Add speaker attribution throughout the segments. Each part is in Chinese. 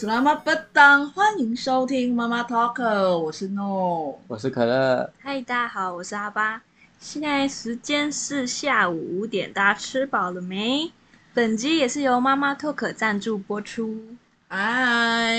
Speaker 1: Selamat petang，欢迎收听妈妈 Talker，我是 No。
Speaker 2: 我是可乐，
Speaker 3: 嗨，大家好，我是阿巴。现在时间是下午五点，大家吃饱了没？本集也是由妈妈 Talk 赞助播出。
Speaker 1: 哎，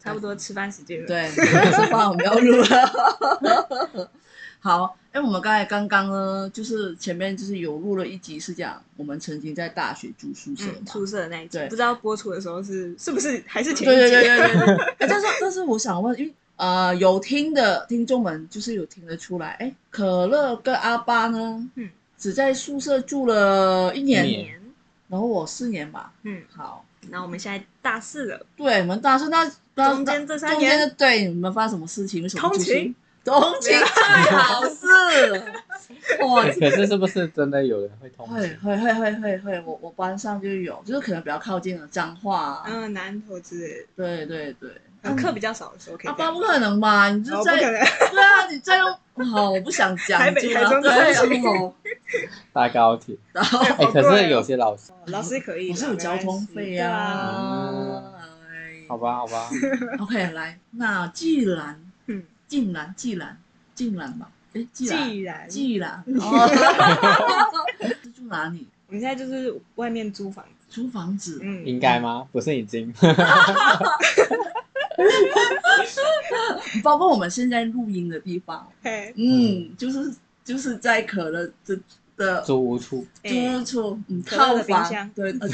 Speaker 3: 差不多吃饭时间了。，
Speaker 1: 对，这话我们要录了。 好，哎，我们刚才刚刚呢，就是前面就是有录了一集，是讲我们曾经在大学住宿舍嘛
Speaker 3: 嗯，。宿舍那一集，
Speaker 1: 对
Speaker 3: 不知道播出的时候是是不是还是前一集？
Speaker 1: 对
Speaker 3: 嗯
Speaker 1: 对对对对对。哎，但是但是我想问，因为呃，有听的听众们就是有听得出来，哎，可乐跟阿巴呢，
Speaker 3: 嗯
Speaker 1: 只在宿舍住了一
Speaker 2: 一
Speaker 1: 年
Speaker 2: 年，
Speaker 3: 年，
Speaker 1: 然后我四年吧。
Speaker 3: 嗯，
Speaker 1: 好，
Speaker 3: 那我们现在大四了，
Speaker 1: 对，我们大四那那
Speaker 3: 中间这三
Speaker 1: 中间
Speaker 3: 年
Speaker 1: 的对你们发生什么事情？为什么
Speaker 3: 通
Speaker 1: 出去
Speaker 3: 勤？
Speaker 1: 通勤最好是，哇，
Speaker 2: 可可是是不是真的有人会通
Speaker 1: 会
Speaker 2: 勤？
Speaker 1: 会会会会会，我我班上就有，就是可能比较靠近的彰化、啊，
Speaker 3: 嗯，南投之类的，
Speaker 1: 对对对。
Speaker 3: 呃课比较少的时候可以
Speaker 1: 阿
Speaker 3: 这
Speaker 1: 爸
Speaker 3: 样。
Speaker 1: 不可能吧？你
Speaker 3: 哦
Speaker 1: 就
Speaker 3: 不
Speaker 1: 在、
Speaker 3: 可能，
Speaker 1: 对啊，你在用哦，我不想讲，
Speaker 3: 台北
Speaker 1: 你知
Speaker 3: 台
Speaker 1: 道
Speaker 3: 中都
Speaker 1: 对
Speaker 3: 不行
Speaker 1: 哦
Speaker 2: 搭高铁？
Speaker 1: 然后
Speaker 2: 哎，
Speaker 3: 好贵
Speaker 2: 可
Speaker 3: 哦
Speaker 1: 啊
Speaker 2: 是有些老师，
Speaker 3: 老师可以
Speaker 1: 我
Speaker 3: 啦，
Speaker 1: 是有
Speaker 3: 没
Speaker 1: 交
Speaker 3: 关
Speaker 1: 通
Speaker 3: 系
Speaker 1: 费
Speaker 3: 对啊。
Speaker 1: 啊
Speaker 2: 嗯。
Speaker 1: 哎
Speaker 2: 好吧，好 吧，
Speaker 1: ，OK，来，那既然
Speaker 3: 嗯，
Speaker 1: 竟然既然竟然吧，哎，既然
Speaker 3: 啊既然
Speaker 1: 既然，哦，是 住哪里？
Speaker 3: 我们现在就是外面租房子，
Speaker 1: 租房子，
Speaker 3: 嗯，
Speaker 2: 应该吗？不是已经？
Speaker 1: 包括我们现在录音的地方，
Speaker 3: 嘿，
Speaker 1: 嗯，就是就是在可乐的的
Speaker 2: 租屋处，
Speaker 3: 哎
Speaker 1: 租处，嗯，
Speaker 3: 可乐
Speaker 1: 套
Speaker 3: 的冰
Speaker 1: 房
Speaker 3: 箱，
Speaker 1: 对，呃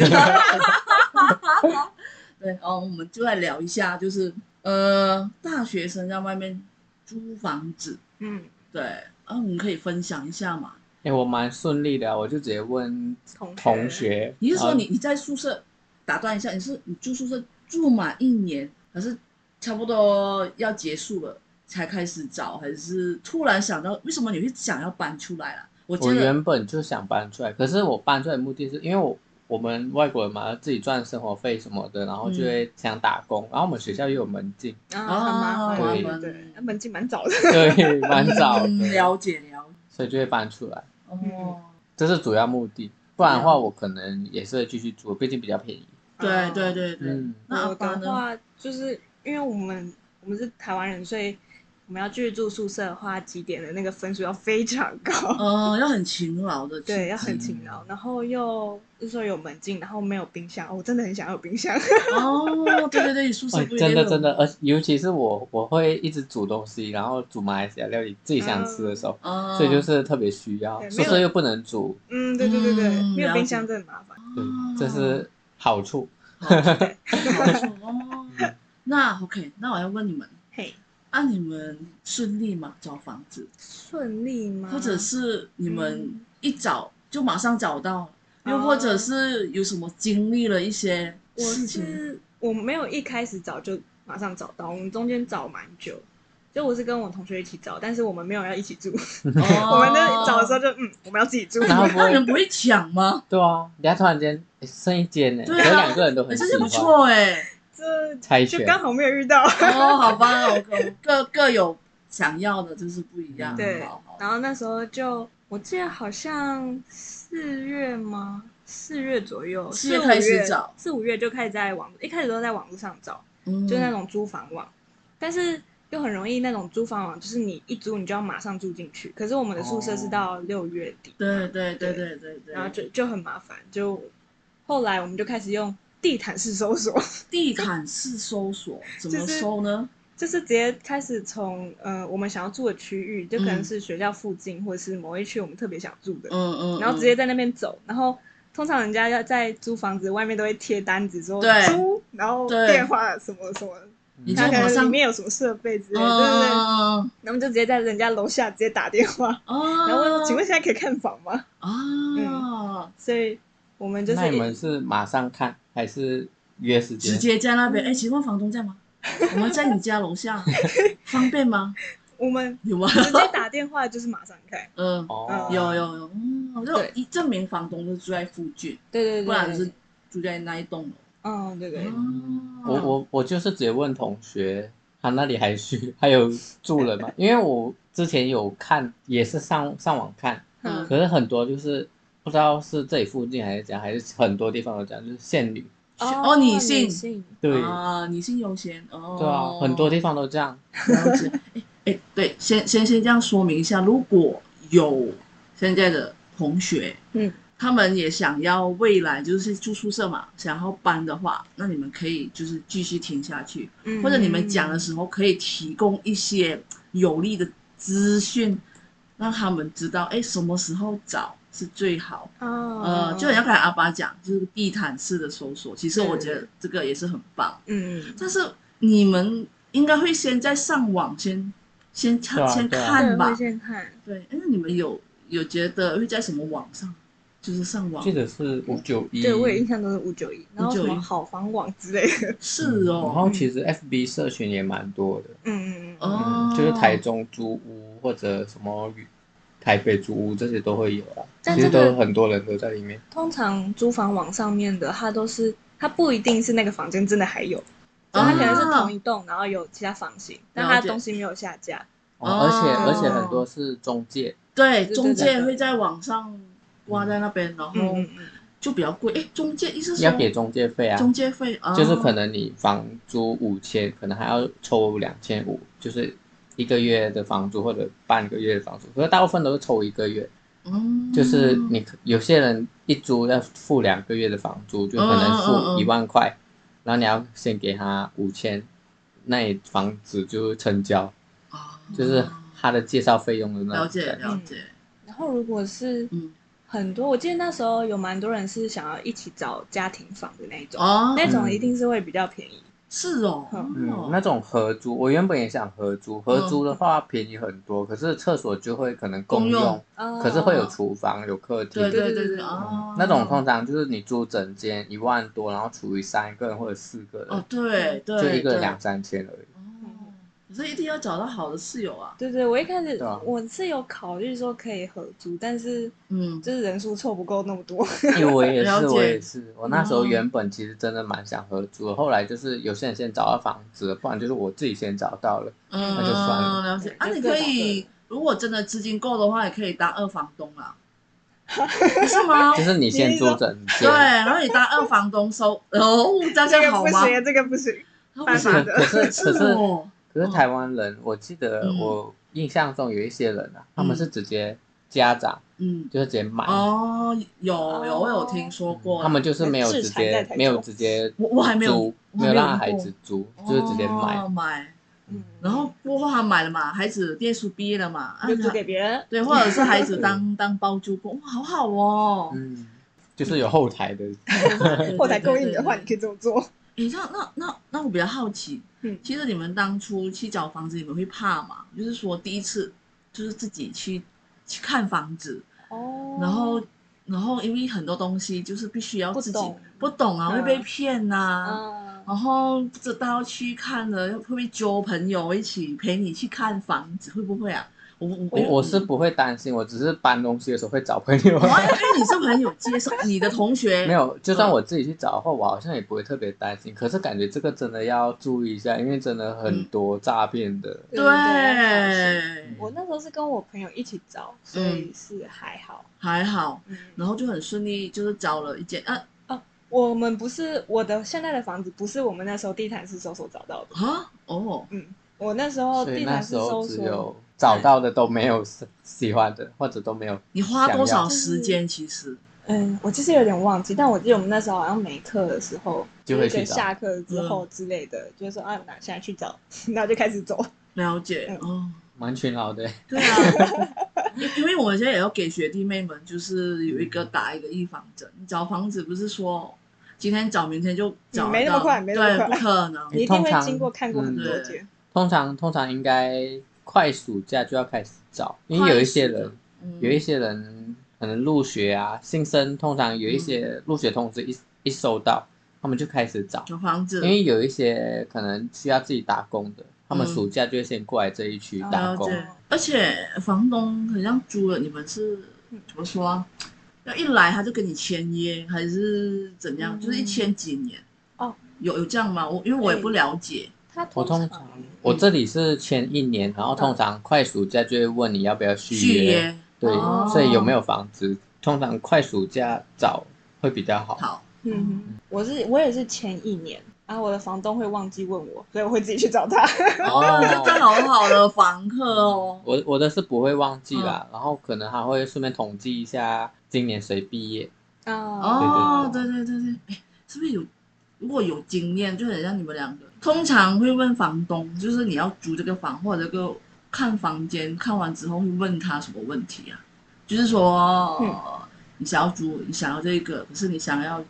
Speaker 1: 对， 哦，我们就来聊一下，就是呃，大学生在外面租房子，
Speaker 3: 嗯，
Speaker 1: 对，啊，我们可以分享一下嘛？
Speaker 2: 哎，我蛮顺利的，啊我就直接问
Speaker 3: 同
Speaker 2: 同学。
Speaker 1: 你是说
Speaker 2: 然后
Speaker 1: 你你在宿舍打断一下，你是你住宿舍住满一年，还是差不多要结束了才开始找，还是突然想到为什么你会想要搬出来了？我觉
Speaker 2: 我
Speaker 1: 得
Speaker 2: 原本就想搬出来，可是我搬出来的目的是因为我我们外国人嘛，自己赚生活费什么的，然后就会想打工，然后我们学校又有门 禁，
Speaker 3: 啊，很麻
Speaker 2: 哦
Speaker 3: 烦，
Speaker 2: 对
Speaker 3: 对，那门禁蛮早的，
Speaker 2: 对，蛮早
Speaker 1: 嗯
Speaker 2: 的，
Speaker 1: 了解了解
Speaker 2: 所以就会搬出来，
Speaker 1: 哦。
Speaker 3: 嗯
Speaker 2: 这是主要目的。不然的话，
Speaker 1: 嗯
Speaker 2: 我可能也是会继续租，毕竟比较便宜。
Speaker 1: 对对对对，
Speaker 2: 嗯，
Speaker 1: 那阿
Speaker 3: 我
Speaker 1: 巴
Speaker 3: 的
Speaker 1: 呢？
Speaker 3: 话，就是因为我们我们是台湾人，所以我们要去住宿舍的话，几点的那个分数要非常高，
Speaker 1: 呃，要很勤劳的去，
Speaker 3: 对，要很
Speaker 2: 嗯
Speaker 3: 勤劳，然后又就说有门禁，然后没有冰箱，哦我真的很想要有冰箱，
Speaker 1: 哦，对对对，宿舍
Speaker 2: 哎
Speaker 1: 不一定
Speaker 2: 真的
Speaker 1: 有
Speaker 2: 真的，，而尤其是我，我会一直煮东西，然后煮马来西亚料理，自己想吃的时候，
Speaker 1: 哦，
Speaker 2: 所以就是特别需要。
Speaker 3: 对没
Speaker 2: 宿
Speaker 3: 有
Speaker 2: 舍又不能煮，
Speaker 3: 嗯，对对对对，
Speaker 1: 嗯
Speaker 3: 没有
Speaker 1: 了
Speaker 3: 冰
Speaker 1: 解
Speaker 3: 箱真的麻烦，
Speaker 2: 对
Speaker 1: 哦，
Speaker 2: 这是好处。
Speaker 1: 好好 处哦
Speaker 2: 嗯。
Speaker 1: 那 OK，那我要问你们，
Speaker 3: 嘿，
Speaker 1: 啊，你们顺利吗？找房子，
Speaker 3: 顺利吗？
Speaker 1: 或者是你们
Speaker 3: 嗯
Speaker 1: 一找就马上找到，
Speaker 3: 哦
Speaker 1: 又或者是有什么经历了一些
Speaker 3: 我
Speaker 1: 事情？
Speaker 3: 是我没有一开始找就马上找到，我们中间找蛮久。就我是跟我同学一起找，但是我们没有要一起住， 我
Speaker 1: 我
Speaker 3: 们在找的时候就嗯，我们要自己住。
Speaker 2: 然后不
Speaker 1: 哦那你
Speaker 2: 会，
Speaker 1: 们不会抢吗？
Speaker 2: 对啊，人家突然间哎剩一间呢，有
Speaker 1: 对啊
Speaker 2: 两个人都
Speaker 1: 哎
Speaker 2: 很
Speaker 1: 这
Speaker 2: 喜
Speaker 1: 就不
Speaker 2: 欢，
Speaker 1: 错哎。
Speaker 3: 这
Speaker 2: 猜
Speaker 3: 就
Speaker 2: 拳。
Speaker 3: 刚好没有遇到。
Speaker 1: 哦，好吧，我各各各有想要的，就是不一样。
Speaker 3: 对
Speaker 1: 嗯好好，
Speaker 3: 然后那时候就我记得好像四月吗？四月左右，
Speaker 1: 四月
Speaker 3: 四五
Speaker 1: 开始找
Speaker 3: 四五月就开始在网，一开始都在网络上找，
Speaker 1: 嗯
Speaker 3: 就那种租房网，但是又很容易那种租房网，就是你一租你就要马上住进去。可是我们的宿舍是到六月底，
Speaker 1: 哦嗯对对对对对对，
Speaker 3: 然后就就很麻烦。就后来我们就开始用地毯式搜索，
Speaker 1: 地毯式搜索怎么
Speaker 3: 就是
Speaker 1: 搜呢？
Speaker 3: 就是直接开始从呃我们想要住的区域，就可能
Speaker 1: 嗯
Speaker 3: 是学校附近、或者是某一区我们特别想住的，
Speaker 1: 嗯嗯，
Speaker 3: 然后直接在那边走，然后。通常人家要在租房子外面都会贴单子说
Speaker 1: 对
Speaker 3: 租，然后
Speaker 1: 对
Speaker 3: 电话什么什么，
Speaker 2: 嗯
Speaker 1: 你就
Speaker 3: 它可
Speaker 1: 马
Speaker 3: 能
Speaker 1: 上
Speaker 3: 里面有什么设备之
Speaker 1: 嗯
Speaker 3: 类的，对对对。
Speaker 1: 嗯
Speaker 3: 然后就直接在人家楼下直接打电话，
Speaker 1: 哦，
Speaker 3: 然后问请问现嗯在可以看房吗？
Speaker 1: 啊，
Speaker 3: 所以我们就是
Speaker 2: 那你们是马上看还是约时间？
Speaker 1: 直接在那边，哎，请问房东在吗？我们在你家楼下，方便吗？
Speaker 3: 我们
Speaker 1: 有 吗？
Speaker 3: 直接打电话就是马上看，
Speaker 1: 嗯，
Speaker 2: 哦，
Speaker 1: 有有有，嗯，就
Speaker 3: 对
Speaker 1: 一证明房东就住在附近，
Speaker 3: 对对对，
Speaker 1: 不然是住在那一栋楼。
Speaker 3: 嗯对对，
Speaker 2: 嗯
Speaker 1: 哦
Speaker 2: 我我我就是直接问同学，他那里还需 还有住人吗？因为我之前有看，也是上上网看，
Speaker 3: 嗯
Speaker 2: 可是很多就是不知道是这里附近还是怎样，还是很多地方都这样，就是限女
Speaker 1: 哦女性
Speaker 3: 性
Speaker 2: 对、
Speaker 1: 啊，女性优先哦，
Speaker 2: 对啊，很多地方都这样。
Speaker 1: 了解。哎哎，对，先先先这样说明一下，如果有现在的同学，
Speaker 3: 嗯，
Speaker 1: 他们也想要未来就是住宿舍嘛，想要搬的话，那你们可以就是继续听下去，
Speaker 3: 嗯
Speaker 1: 或者你们讲的时候可以提供一些有利的资讯，让他们知道，哎，什么时候找是最好。
Speaker 3: 哦，
Speaker 1: 呃，就好像刚才阿巴讲，就是地毯式的搜索，其实我觉得这个也是很棒。
Speaker 3: 嗯，
Speaker 1: 但是你们应该会先在上网先先看、
Speaker 2: 对啊
Speaker 1: 先
Speaker 2: 对啊
Speaker 1: 看
Speaker 3: 对
Speaker 1: 吧
Speaker 3: 会。先看，
Speaker 1: 对，那你们有有觉得会在什么网上，就是上网
Speaker 2: 记得是五九一，
Speaker 3: 对我也印象中是五九一，然后什么
Speaker 1: 591
Speaker 3: 好房网之类的，
Speaker 1: 是
Speaker 2: 然
Speaker 1: 哦，
Speaker 2: 后其实 FB 社群也蛮多的，
Speaker 3: 嗯嗯嗯，
Speaker 1: 哦
Speaker 2: 嗯，，就是台中租屋或者什么台北租屋这些都会有啊，
Speaker 3: 但
Speaker 2: 其实
Speaker 3: 这个
Speaker 2: 都很多人都在里面。
Speaker 3: 通常租房网上面的，它都是它不一定是那个房间真的还有，
Speaker 2: 嗯
Speaker 3: 就它可能
Speaker 1: 啊
Speaker 3: 是同一栋，然后有其他房型，但它
Speaker 1: 了
Speaker 3: 的
Speaker 1: 解
Speaker 3: 东西没有下架。
Speaker 2: 哦，而且
Speaker 1: 哦
Speaker 2: 而且很多是中介，
Speaker 1: 对
Speaker 3: 对
Speaker 1: 中
Speaker 3: 对
Speaker 1: 介
Speaker 3: 对
Speaker 1: 会在网上挂在那边，然后
Speaker 3: 嗯嗯嗯，
Speaker 1: 就比较贵。哎，中介意思说
Speaker 2: 要给中介费啊，
Speaker 1: 中介费啊，
Speaker 2: 就是可能你房租五千，可能还要抽两千五，就是一个月的房租或者半个月的房租，可是大部分都是抽一个月，
Speaker 1: 嗯，
Speaker 2: 就是你可有些人一租要付两个月的房租，就可能
Speaker 1: 嗯嗯嗯
Speaker 2: 付
Speaker 1: 嗯
Speaker 2: 一万块，然后你要先给他五千，那你房子就成交，
Speaker 1: 啊
Speaker 2: 就是他的介绍费用的那
Speaker 1: 了
Speaker 2: 种
Speaker 1: 解
Speaker 2: 感觉。
Speaker 1: 了解，
Speaker 3: 然后如果是
Speaker 1: 嗯，
Speaker 3: 很多，我记得那时候有蛮多人是想要一起找家庭房的那一种，
Speaker 1: 哦，
Speaker 3: 那种一定是会比较便宜。
Speaker 1: 是哦，
Speaker 2: 嗯
Speaker 1: 哦，嗯
Speaker 2: 那种合租，我原本也想合租，合租的话便宜很多，可是厕所就会可能共
Speaker 1: 公用
Speaker 2: 用，
Speaker 3: 哦
Speaker 2: 嗯可是会有厨房、有客厅
Speaker 1: 对，对对
Speaker 3: 对
Speaker 1: 对，
Speaker 3: 嗯
Speaker 1: 哦，
Speaker 2: 那种通常就是你租整间一万多，然后除以三个人或者四个人，
Speaker 1: 哦，对对，
Speaker 2: 就一个
Speaker 1: 对
Speaker 2: 人两三千而已。
Speaker 1: 哦，可是一定要找到好的室友啊。
Speaker 3: 对对，我一开始
Speaker 2: 对啊
Speaker 3: 我是有考虑说可以合租，但是
Speaker 1: 嗯，
Speaker 3: 就是人数凑不够那么多。
Speaker 2: 因为我也
Speaker 1: 了
Speaker 2: 是，
Speaker 1: 解哦
Speaker 2: 我也是，我那时候原本其实真的蛮想合租的，后来就是有些人先找到房子了，不然就是我自己先找到了。
Speaker 1: 嗯，
Speaker 2: 那就算了
Speaker 1: 了解啊，
Speaker 3: 对
Speaker 1: 你
Speaker 3: 就各
Speaker 1: 可
Speaker 3: 找
Speaker 1: 以，如果真的资金够的话，也可以当二房东 啊，不是吗？
Speaker 2: 就是你先租整
Speaker 1: 对，
Speaker 2: 间，
Speaker 1: 然哦后你当二房东收，哦， 这样才好
Speaker 3: 不
Speaker 1: 吗？
Speaker 3: 行，这个不行。
Speaker 1: 他不
Speaker 2: 可是
Speaker 1: 行
Speaker 3: 办
Speaker 2: 可
Speaker 3: 法的
Speaker 2: 可是 可
Speaker 1: 是
Speaker 2: 是
Speaker 1: 哦，
Speaker 2: 可是台湾人，我记得
Speaker 1: 嗯
Speaker 2: 我印象中有一些人啊，他
Speaker 1: 嗯
Speaker 2: 们是直接家长
Speaker 1: 嗯，
Speaker 2: 就是直接买，嗯
Speaker 1: 哦，有有，我有听说过，
Speaker 2: 他们就是没有直
Speaker 3: 自产在台
Speaker 2: 接
Speaker 3: 中
Speaker 2: 没有直接
Speaker 1: 我我还没有
Speaker 2: 租
Speaker 1: 我还
Speaker 2: 没有
Speaker 1: 没有
Speaker 2: 让
Speaker 1: 遇
Speaker 2: 孩
Speaker 1: 过
Speaker 2: 子租，就是直接买
Speaker 1: 哦。买，
Speaker 3: 嗯，
Speaker 1: 然后过后他买了嘛，孩子念书毕业了嘛，啊
Speaker 3: 就租给别人。
Speaker 1: 对，或者是孩子当 当包租公，哇，好好哦。
Speaker 2: 嗯，就是有后台的，
Speaker 3: 后台供应的话，你
Speaker 1: 对对对对
Speaker 3: 可以这么做。
Speaker 1: 诶，那那那那我比较好奇，
Speaker 3: 嗯
Speaker 1: 其实你们当初去找房子，你们会怕吗？就是说第一次就是自己去去看房子，
Speaker 3: 哦
Speaker 1: 然后然后因为很多东西就是必须要
Speaker 3: 不
Speaker 1: 自己
Speaker 3: 懂
Speaker 1: 不懂啊，
Speaker 3: 嗯
Speaker 1: 会被骗呐、
Speaker 3: 啊，
Speaker 1: 然后不知道去看了，会不会揪朋友一起陪你去看房子，会不会啊？我我
Speaker 2: 我我是不会担心，我只是搬东西的时候会找朋 友。
Speaker 1: 哦，因为你是朋友介绍，你的同学
Speaker 2: 没有，就算我自己去找的话，我好像也不会特别担心。可是感觉这个真的要注意一下，因为真的很多诈骗的。
Speaker 3: 对
Speaker 1: 对，嗯
Speaker 3: 我那时候是跟我朋友一起找，所以是还好。
Speaker 1: 还好，
Speaker 3: 嗯，
Speaker 1: 然后就很顺利，就是找了一间啊
Speaker 3: 我们不是我的现在的房子，不是我们那时候地毯式搜索找到的。
Speaker 1: 啊哦，
Speaker 3: 嗯，我那时候
Speaker 2: 所
Speaker 3: 地
Speaker 2: 以那
Speaker 3: 毯
Speaker 2: 时
Speaker 3: 式搜
Speaker 2: 候只
Speaker 3: 索
Speaker 2: 有找到的都没有喜欢的，或者都没有。
Speaker 1: 你花多少时间？其实
Speaker 3: 嗯，我其实有点忘记，但我记得我们那时候好像没课的时候，
Speaker 2: 就会去找
Speaker 3: 是下课之
Speaker 1: 嗯
Speaker 3: 后之类的，就是说啊，那现在去找， 然后就开始走。
Speaker 1: 了解
Speaker 3: 嗯
Speaker 1: 哦，
Speaker 2: 蛮勤劳的，
Speaker 1: 对 啊，因因为我们现在也要给学弟妹们，就是有一个打一个预防针。你找房子不是说今天找明天就找得到，
Speaker 3: 嗯没那么快没那么
Speaker 1: 对，
Speaker 3: 快
Speaker 1: 不可能。
Speaker 3: 你一定会经过看过很多
Speaker 1: 嗯
Speaker 3: 天，
Speaker 2: 通常通常应该快暑假就要开始找，因为有一些人，
Speaker 1: 嗯
Speaker 2: 有一些人可能入学啊，新生通常有一些入学通知一一收到，他们就开始找。
Speaker 1: 嗯有房子
Speaker 2: 因，为有一些可能需要自己打工的，他们
Speaker 1: 嗯
Speaker 2: 暑假就会先过来这一区
Speaker 3: 哦
Speaker 2: 打
Speaker 1: 了
Speaker 2: 工。
Speaker 1: 解。而且房东好像租了，你们是
Speaker 3: 嗯
Speaker 1: 怎么说啊？要一来他就跟你签约，还是怎样？
Speaker 3: 嗯
Speaker 1: 就是一签几年？
Speaker 3: 哦，
Speaker 1: 有有这样吗？我因为我也不了解。
Speaker 3: 他
Speaker 2: 我通常
Speaker 3: 常
Speaker 2: 我这里是签一年，然后通常快暑假就会问你要不要续
Speaker 1: 续约
Speaker 2: 对，
Speaker 1: 哦
Speaker 2: 所以有没有房子，通常快暑假找会比较好。
Speaker 1: 好，
Speaker 3: 嗯哼，我是我也是前一年，然后我的房东会忘记问我，所以我会自己去找他。
Speaker 1: 哦， 这真好好的房客哦。嗯
Speaker 2: 我我的是不会忘记啦，然后可能还会顺便统计一下今年谁毕业。
Speaker 3: 哦，
Speaker 1: 哦，
Speaker 2: 对
Speaker 1: 对对对对，哎，是不是有？如果有经验，就很像你们两个，通常会问房东，就是你要租这个房或者这个看房间，看完之后会问他什么问题啊？就是说，
Speaker 3: 嗯
Speaker 1: 你想要租，你想要这个，可是你想要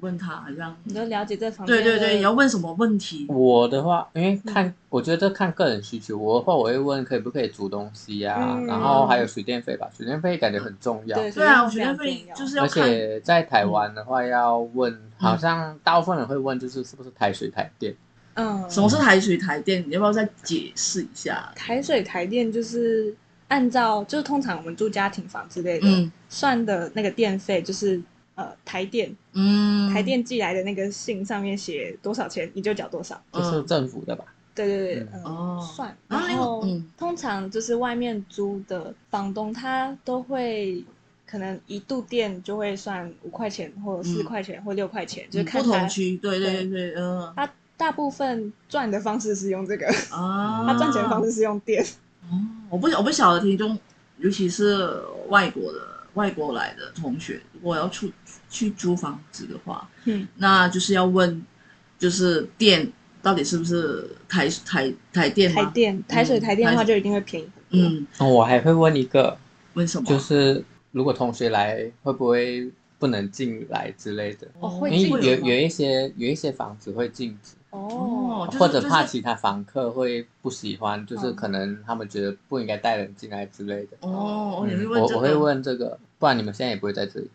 Speaker 1: 问他，好像
Speaker 3: 你就了解这房间
Speaker 1: 对
Speaker 3: 的。
Speaker 1: 对对，你要问什么问题？
Speaker 2: 我的话，因
Speaker 1: 嗯
Speaker 2: 为看，我觉得看个人需求。我的话，我会问可以不可以煮东西呀、
Speaker 3: 嗯
Speaker 2: 然后还有水电费吧，水电费感觉很重要。
Speaker 3: 对
Speaker 1: 对啊，我
Speaker 3: 非
Speaker 1: 觉得
Speaker 3: 常
Speaker 1: 费
Speaker 3: 重要
Speaker 1: 就是要
Speaker 2: 而
Speaker 1: 看，
Speaker 2: 且在台湾的话，要问，好像大部分人会问，就是是不是台水台电？
Speaker 3: 嗯，
Speaker 1: 什么是台水台电？你要不要再解释一下？
Speaker 3: 台水台电就是按照就是通常我们住家庭房之类的、
Speaker 1: 嗯
Speaker 3: 算的那个电费，就是呃台电
Speaker 1: 嗯，
Speaker 3: 台电寄来的那个信上面写多少钱，你就缴多少。
Speaker 1: 嗯
Speaker 2: 这是政府的吧？
Speaker 3: 对对对，
Speaker 2: 嗯
Speaker 3: 嗯，
Speaker 1: 哦
Speaker 3: 算。
Speaker 1: 然
Speaker 3: 然
Speaker 1: 后
Speaker 3: 后、
Speaker 1: 另外嗯
Speaker 3: 通常就是外面租的房东他都会。可能一度电就会算五块钱，或者四
Speaker 1: 嗯
Speaker 3: 块钱，或六块钱，就是
Speaker 1: 嗯不
Speaker 3: 看
Speaker 1: 同
Speaker 3: 他
Speaker 1: 区，对对对，嗯
Speaker 3: 他大部分赚的方式是用这个，
Speaker 1: 啊，
Speaker 3: 他赚钱的方式是用电。
Speaker 1: 哦，我不我不晓得听众，尤其是外国的外国来的同学，如果要出去租房子的话，
Speaker 3: 嗯，
Speaker 1: 那就是要问，就是电到底是不是台台台电吗？
Speaker 3: 台电、台水、
Speaker 1: 嗯
Speaker 3: 台电的话
Speaker 1: 台水
Speaker 3: 就一定会便宜很多。
Speaker 1: 嗯，
Speaker 2: 哦我还会问一个，
Speaker 1: 问什么？
Speaker 2: 就是如果同学来，会不会不能进来之类的？
Speaker 1: 嗯
Speaker 3: 哦会
Speaker 2: 因
Speaker 3: 禁
Speaker 2: 为
Speaker 3: 止
Speaker 2: 有
Speaker 3: 吗
Speaker 2: 有一些有一些房子会禁止，
Speaker 1: 哦，就是
Speaker 2: 或者怕
Speaker 1: 就是
Speaker 2: 其他房客会不喜欢，就是
Speaker 3: 嗯
Speaker 2: 可能他们觉得不应该带人进来之类的。
Speaker 1: 哦，你会
Speaker 2: 嗯
Speaker 1: 问
Speaker 2: 我
Speaker 1: 这个？
Speaker 2: 我会问这个，不然你们现在也不会在这里。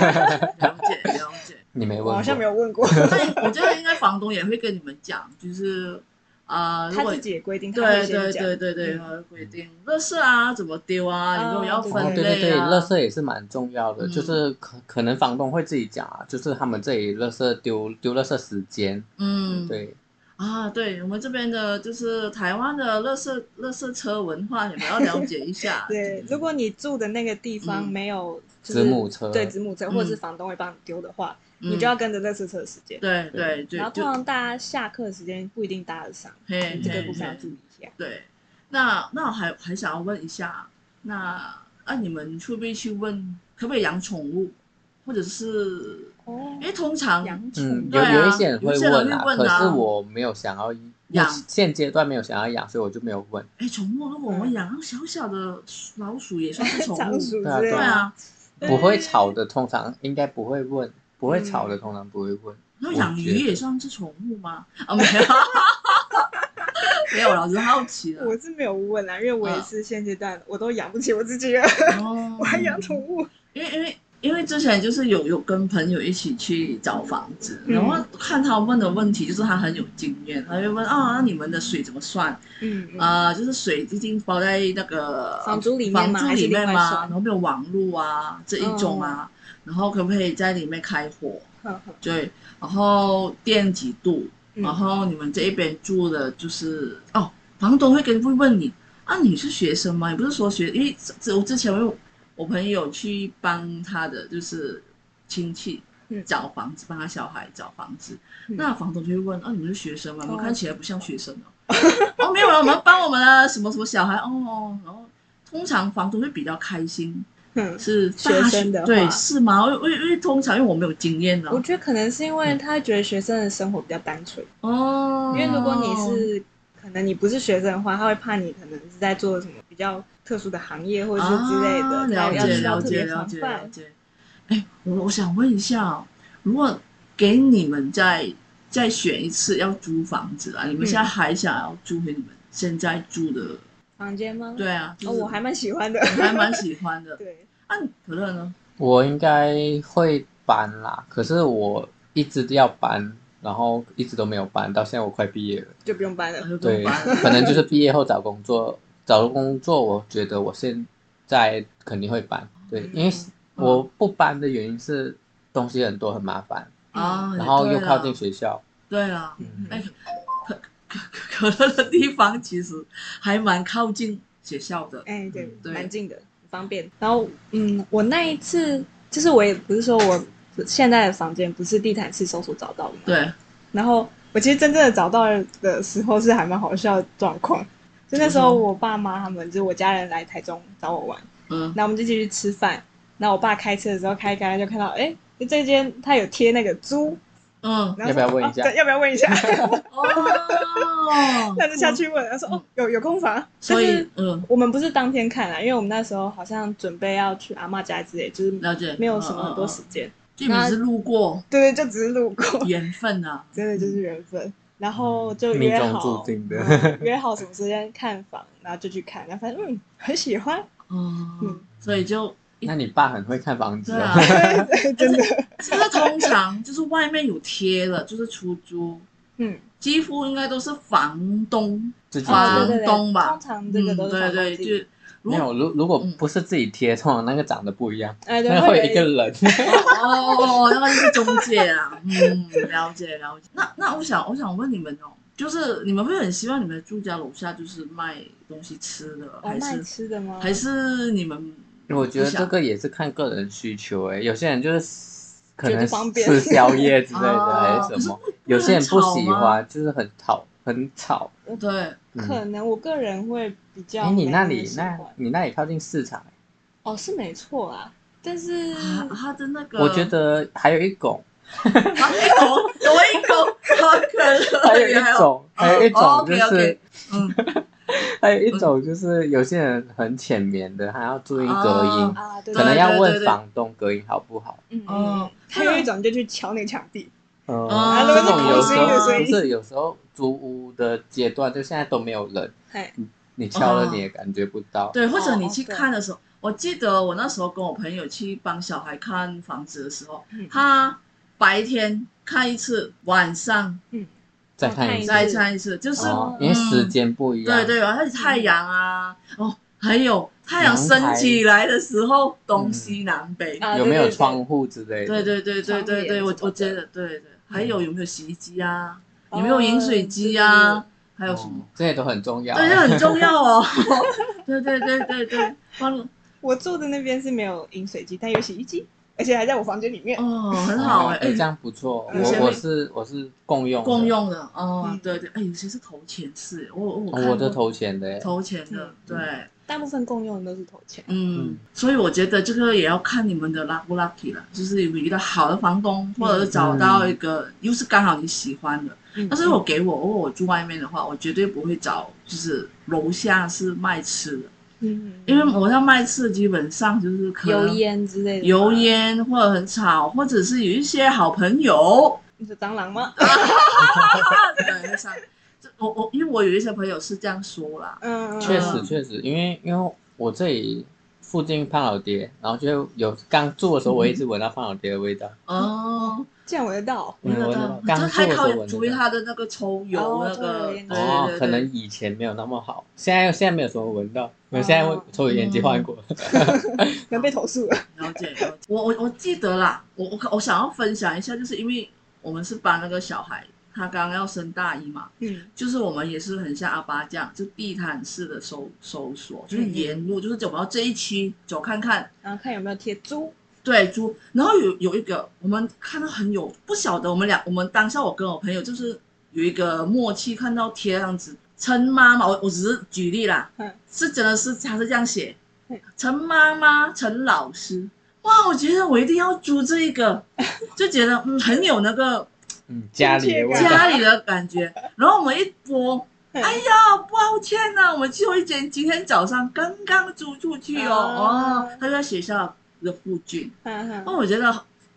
Speaker 1: 了解了解。
Speaker 2: 你没问
Speaker 3: 我
Speaker 1: 哦
Speaker 3: 好
Speaker 2: 过
Speaker 3: 像
Speaker 2: 哦
Speaker 3: 没有问过，
Speaker 1: 那我觉得应该房东也会跟你们讲，就是啊，如
Speaker 3: 他
Speaker 1: 果
Speaker 3: 自己也规定，他会
Speaker 1: 对
Speaker 3: 先
Speaker 1: 对
Speaker 3: 讲。
Speaker 1: 对对对，
Speaker 3: 嗯
Speaker 1: 他会规定垃圾啊怎么丢啊，有没有要
Speaker 3: 哦。
Speaker 2: 哦，
Speaker 1: 分
Speaker 2: 对对
Speaker 1: 类
Speaker 2: 对，
Speaker 1: 啊？
Speaker 2: 垃圾也是蛮重要的，
Speaker 1: 嗯
Speaker 2: 就是可可能房东会自己讲啊，就是他们这里垃圾丢丢垃圾时间，
Speaker 1: 嗯，
Speaker 2: 对，
Speaker 1: 啊，对我们这边的就是台湾的垃圾垃圾车文化，你们要了解一下
Speaker 3: 对，如果你住的那个地方
Speaker 1: 嗯
Speaker 3: 没有就
Speaker 2: 子
Speaker 3: 是
Speaker 2: 母车，
Speaker 3: 对子母车，
Speaker 1: 嗯
Speaker 3: 或者是房东会帮你丢的话，
Speaker 1: 嗯
Speaker 3: 你就要跟着垃圾车的时间。
Speaker 1: 对对对
Speaker 3: 然后
Speaker 1: 就
Speaker 3: 通常大家下课的时间不一定搭得上，
Speaker 1: 嘿
Speaker 3: 这个
Speaker 1: 嘿
Speaker 3: 部分要
Speaker 1: 嘿
Speaker 3: 注意一下。
Speaker 1: 对。那那我还还想要问一下，那那你们会不会去问可不可以养宠物，或者是
Speaker 3: 哦
Speaker 1: 因为通常
Speaker 3: 养
Speaker 2: 嗯，
Speaker 3: 宠
Speaker 2: 有
Speaker 1: 对啊
Speaker 2: 有一些人会
Speaker 1: 有一些人
Speaker 2: 问
Speaker 1: 会
Speaker 2: 啊，
Speaker 1: 问
Speaker 2: 可
Speaker 1: 啊
Speaker 2: 是我没有想要
Speaker 1: 养
Speaker 2: 现阶段没有想要养，所以我就没有问。
Speaker 1: 哎宠物，如果我们养小小的老鼠也算是 宠
Speaker 3: 仓
Speaker 1: 物，
Speaker 3: 嗯鼠
Speaker 2: 对啊
Speaker 3: 之
Speaker 1: 对
Speaker 3: 类的，
Speaker 1: 啊，
Speaker 2: 不会吵的，通常应该不会问，不会吵的，
Speaker 3: 嗯
Speaker 2: 通常不会问。
Speaker 1: 那
Speaker 2: 我
Speaker 1: 养鱼
Speaker 2: 觉得
Speaker 1: 也算是宠物吗？啊，没有， 没有，老师好奇了。
Speaker 3: 我是没有问啊，因为我
Speaker 1: 嗯
Speaker 3: 也是现阶段我都养不起我自己了，
Speaker 1: 哦
Speaker 3: 我还养宠物。
Speaker 1: 因为因为因为之前就是有有跟朋友一起去找房子，
Speaker 3: 嗯
Speaker 1: 然后看他问的问题，就是他很有经验，他就问啊，那你们的水怎么算
Speaker 3: 嗯嗯
Speaker 1: 啊、就是水一定包在那个
Speaker 3: 房租里面
Speaker 1: 房
Speaker 3: 吗
Speaker 1: 租
Speaker 3: 还是
Speaker 1: 里面
Speaker 3: 另外
Speaker 1: 吗？
Speaker 3: 算哦
Speaker 1: 然后没有网络啊这一种啊，然后可不可以在里面开火？
Speaker 3: 呵呵
Speaker 1: 对，然后电几度？
Speaker 3: 嗯
Speaker 1: 然后你们这一边住的就是哦，房东会跟会问你啊，你是学生吗？你不是说学，因为之我之前我有我朋友去帮他的就是亲戚
Speaker 3: 嗯
Speaker 1: 找房子，帮他小孩找房子，
Speaker 3: 嗯
Speaker 1: 那房东就会问啊，你们是学生吗？我们
Speaker 3: 哦
Speaker 1: 看起来不像学生哦。 哦，没有了，我们帮我们的什么什么小孩哦哦，然后通常房东会比较开心，
Speaker 3: 嗯，
Speaker 1: 是大
Speaker 3: 学生的话
Speaker 1: 对是吗？因为因为因为通常因为我没有经验啊呢
Speaker 3: 我，觉得可能是因为他觉得学生的生活比较单纯，
Speaker 1: 哦，
Speaker 3: 因为如果你是可能你不是学生的话，他会怕你可能是在做什么比较特殊的行业或者是之类的，
Speaker 1: 啊
Speaker 3: 他
Speaker 1: 了
Speaker 3: 要
Speaker 1: 解
Speaker 3: 需要
Speaker 1: 了
Speaker 3: 特
Speaker 1: 解
Speaker 3: 别
Speaker 1: 了
Speaker 3: 防
Speaker 1: 解了
Speaker 3: 范。
Speaker 1: 解。哎，我我想问一下哦，如果给你们再再选一次要租房子啊，你们
Speaker 3: 嗯
Speaker 1: 现在还想要租回你们现在住的？
Speaker 3: 房间吗？，
Speaker 1: 对啊，就
Speaker 3: 哦，
Speaker 1: 是
Speaker 3: 我还蛮喜欢的。
Speaker 1: 我还蛮喜欢的。
Speaker 3: 对，
Speaker 1: 啊，可乐呢？
Speaker 2: 我应该会搬啦，可是我一直要搬，然后一直都没有搬，到现在我快毕业了。
Speaker 3: 就不用搬了。
Speaker 1: 就
Speaker 2: 对
Speaker 1: 搬， 了。
Speaker 2: 可能就是毕业后找工作，找到工作，我觉得我现在肯定会搬。对，因为
Speaker 1: 嗯
Speaker 2: 我不搬的原因是东西很多很麻烦，
Speaker 1: 啊，
Speaker 2: 然后
Speaker 1: 对
Speaker 2: 又靠
Speaker 1: 啦
Speaker 2: 近。学校。
Speaker 1: 对啦，
Speaker 2: 嗯
Speaker 1: 哎，可可可乐的地方其实还蛮靠近学校的。
Speaker 3: 哎，对，
Speaker 1: 对
Speaker 3: 嗯蛮近的，很方便。然后，嗯，我那一次就是我也不是说我现在的房间，不是地毯式搜索找到的嘛。
Speaker 1: 对，
Speaker 3: 然后我其实真正的找到的时候是还蛮好笑的状况，就那时候
Speaker 1: 怎么说
Speaker 3: 我爸妈他们就是我家人来台中找我玩，
Speaker 1: 嗯，
Speaker 3: 那我们就继续吃饭。那我爸开车的时候开一开就看到，哎，这间他有贴那个租，
Speaker 1: 嗯，
Speaker 3: 然
Speaker 2: 要
Speaker 3: 后说
Speaker 2: 不要问一下
Speaker 3: 哦对要不要问一下？，
Speaker 1: 哦
Speaker 3: 那就下去问，他说哦有有空房，
Speaker 1: 所
Speaker 3: 但
Speaker 1: 以
Speaker 3: 是
Speaker 1: 嗯，
Speaker 3: 我们不是当天看啊啦，因为我们那时候好像准备要去阿嬷家之类，就是
Speaker 1: 了解
Speaker 3: 没有什么很多
Speaker 1: 嗯嗯嗯
Speaker 3: 时间。
Speaker 1: 就你是路过
Speaker 3: 对对，就只是路过，
Speaker 1: 缘分啊，
Speaker 3: 真的就是缘分。然后就
Speaker 2: 命
Speaker 3: 约
Speaker 2: 中
Speaker 3: 好
Speaker 2: 注，定的。
Speaker 3: 嗯约好什么时间看房，然后就去看，然后发现嗯很喜欢，
Speaker 2: 哦
Speaker 1: 嗯
Speaker 3: 嗯，
Speaker 1: 所以就
Speaker 2: 那你爸很会看房子
Speaker 1: 对
Speaker 2: 哦
Speaker 1: 啊。
Speaker 3: 真的，
Speaker 1: 其实通常就是外面有贴了，就是出租，
Speaker 3: 嗯，
Speaker 1: 几乎应该都是房东
Speaker 2: 自己
Speaker 1: 啊
Speaker 2: 贴
Speaker 3: 对对哦对，
Speaker 1: 房东吧
Speaker 3: 通常这个都
Speaker 1: 嗯
Speaker 3: 是
Speaker 1: 对
Speaker 3: 房东
Speaker 1: 对，
Speaker 3: 自己，
Speaker 1: 就如
Speaker 2: 没有，如如果
Speaker 1: 嗯
Speaker 2: 不是自己贴，通常那个长得不一样，
Speaker 3: 哎，对，
Speaker 2: 那会有一
Speaker 3: 有
Speaker 2: 个人。
Speaker 1: 哦哦哦，哦，那个就是中介啊， 嗯，了解了解。那那我想我想问你们哦，就是你们会很希望你们住家楼下就是卖东西吃的，
Speaker 3: 哦
Speaker 1: 还
Speaker 3: 卖
Speaker 1: 是
Speaker 3: 吃的吗？
Speaker 1: 还是你们
Speaker 2: 我觉
Speaker 1: 不
Speaker 2: 得
Speaker 1: 想
Speaker 2: 这个也是看个人需求诶，有些人就是可
Speaker 3: 觉
Speaker 2: 能
Speaker 3: 得方便
Speaker 2: 吃宵夜之类的还
Speaker 1: 哦
Speaker 2: 是什么
Speaker 1: 可是，
Speaker 2: 有些人不喜
Speaker 1: 不会很吵吗
Speaker 2: 欢，就是很吵很吵。
Speaker 1: 对
Speaker 3: 可
Speaker 2: 嗯，
Speaker 3: 能我个人会比较
Speaker 2: 哎，
Speaker 3: 没
Speaker 2: 你那
Speaker 3: 么
Speaker 2: 里
Speaker 3: 喜
Speaker 2: 那
Speaker 3: 欢，
Speaker 2: 你那里靠近市场，
Speaker 3: 哦是没错啦，但是
Speaker 1: 啊他的那个？
Speaker 2: 我觉得还有一种，
Speaker 1: 啊一狗有一狗，好可爱，
Speaker 2: 还有一种，还有一
Speaker 1: 哦
Speaker 2: 种就
Speaker 1: OK，OK
Speaker 2: 是，
Speaker 1: 嗯，
Speaker 2: 还有一种就是有些人很浅眠的，他要注意隔音
Speaker 1: 哦，
Speaker 3: 啊对
Speaker 2: 可
Speaker 3: 对
Speaker 2: 能
Speaker 1: 对
Speaker 2: 要
Speaker 1: 对
Speaker 2: 问
Speaker 1: 对
Speaker 2: 房东隔音好不好。
Speaker 3: 嗯嗯
Speaker 1: 哦
Speaker 3: 嗯，还有一 种就去敲那个墙壁，
Speaker 2: 嗯，
Speaker 1: 啊
Speaker 2: 这种有时
Speaker 3: 那个是
Speaker 2: 候
Speaker 3: 空心的声音
Speaker 2: 不是有时候租屋的阶段，就现在都没有人，
Speaker 3: 嘿，
Speaker 2: 你敲了你也感觉不到。
Speaker 1: 对，或者
Speaker 3: 哦
Speaker 1: 你
Speaker 3: 哦
Speaker 1: 去
Speaker 3: 对
Speaker 1: 看的时候，我记得我那时候跟我朋友去帮小孩看房子的时候，
Speaker 3: 嗯
Speaker 1: 他白天看一次，晚上
Speaker 3: 嗯，
Speaker 2: 再看一
Speaker 3: 是
Speaker 2: 次，
Speaker 1: 再看一次，就是、
Speaker 2: 哦
Speaker 3: 嗯
Speaker 2: 因为时间不一样。
Speaker 1: 对对，而且太阳啊，哦，还有太阳升起来的时候，东西南北，
Speaker 3: 啊
Speaker 2: 有没
Speaker 3: 对
Speaker 2: 有
Speaker 3: 对对
Speaker 2: 窗户之类的？
Speaker 1: 对对对对对对，
Speaker 3: 窗帘
Speaker 1: 我
Speaker 3: 什么的
Speaker 1: 我觉得对对，还有有没有洗衣机啊，
Speaker 3: 哦
Speaker 1: 有没有饮水机啊，还有什么
Speaker 2: 哦？这些都很重要。啊
Speaker 1: 对，这很重要哦。 对对对对对，帮你
Speaker 3: 我住的那边是没有饮水机，但有洗衣机，而且还在我房间里面。
Speaker 1: 哦，很
Speaker 2: 哦
Speaker 1: 好哎、
Speaker 2: 哎，这
Speaker 1: 哎，
Speaker 2: 样不错。
Speaker 3: 有些
Speaker 2: 我我是我是共用的
Speaker 1: 共，用的哦，
Speaker 3: 嗯
Speaker 1: 对对，哎，有些是投钱式，我我
Speaker 2: 哦
Speaker 1: 看
Speaker 2: 我的
Speaker 1: 过
Speaker 2: 投钱的。哎
Speaker 1: 投钱
Speaker 3: 嗯
Speaker 1: 的，对，
Speaker 3: 大部分共用的都是投钱。
Speaker 1: 嗯
Speaker 2: 嗯，
Speaker 1: 所以我觉得这个也要看你们的 luck 不 lucky 了，就是有没有遇到好的房东，或者是找
Speaker 2: 嗯
Speaker 1: 到一个又是刚好你喜欢的。但是我给我，如果我住外面的话，我绝对不会找，就是楼下是卖吃的，
Speaker 3: 嗯，
Speaker 1: 因为我要卖吃的基本上就是可能
Speaker 3: 油烟之类的，
Speaker 1: 油，烟或者很吵，或者是有一些好朋友，
Speaker 3: 你说蟑 螂吗？
Speaker 1: 对，会上。这我我因为我有一些朋友是这样说啦，
Speaker 3: 嗯，
Speaker 2: 确实
Speaker 1: 嗯
Speaker 2: 确实，因为因为我这里附近胖老爹，然后就有刚住的时候，我一直闻到胖老爹的味道。
Speaker 1: 哦，
Speaker 3: 这样闻得到。
Speaker 1: 闻得
Speaker 2: 闻得
Speaker 1: 到
Speaker 2: 到，
Speaker 1: 你
Speaker 2: 刚
Speaker 1: 这
Speaker 2: 做
Speaker 1: 太
Speaker 2: 的时候
Speaker 1: 靠
Speaker 2: 闻得
Speaker 1: 注意
Speaker 2: 到
Speaker 1: 他的那个抽油
Speaker 3: 哦
Speaker 1: 那个，
Speaker 3: 对
Speaker 1: 对对
Speaker 2: 哦
Speaker 1: 对，，
Speaker 2: 可能以前没有那么好，现在现在没有什么闻到，我
Speaker 3: 哦
Speaker 2: 现在会抽油烟机换过。
Speaker 1: 嗯
Speaker 3: 能被投诉了。
Speaker 1: 了解了解。我我我记得啦，我我我想要分享一下，就是因为我们是帮那个小孩，他刚刚要升大一嘛，
Speaker 3: 嗯，
Speaker 1: 就是我们也是很像阿巴这样，就地毯式的搜搜索，就是
Speaker 3: 嗯嗯
Speaker 1: 沿路就是走到这一区走看看，
Speaker 3: 然后看有没有贴租。
Speaker 1: 对猪，然后有有一个我们看到很有不晓得，我们俩我们当下我跟我朋友就是有一个默契，看到贴这样子，陈妈妈，我我只是举例啦，
Speaker 3: 嗯
Speaker 1: 是真的是他是这样写
Speaker 3: 嗯，
Speaker 1: 陈妈妈，陈老师，哇，我觉得我一定要租这一个，就觉得嗯很有那个
Speaker 2: 嗯，家里的味
Speaker 3: 亲切
Speaker 2: 道。
Speaker 1: 家里的感觉，然后我们一播。
Speaker 3: 嗯
Speaker 1: 哎呀，抱歉呐、我们邱一姐今天早上刚刚租出去哦，
Speaker 3: 啊
Speaker 1: 哦，她就在学校的附近，
Speaker 3: 嗯
Speaker 1: 那
Speaker 3: 嗯，
Speaker 1: 我觉得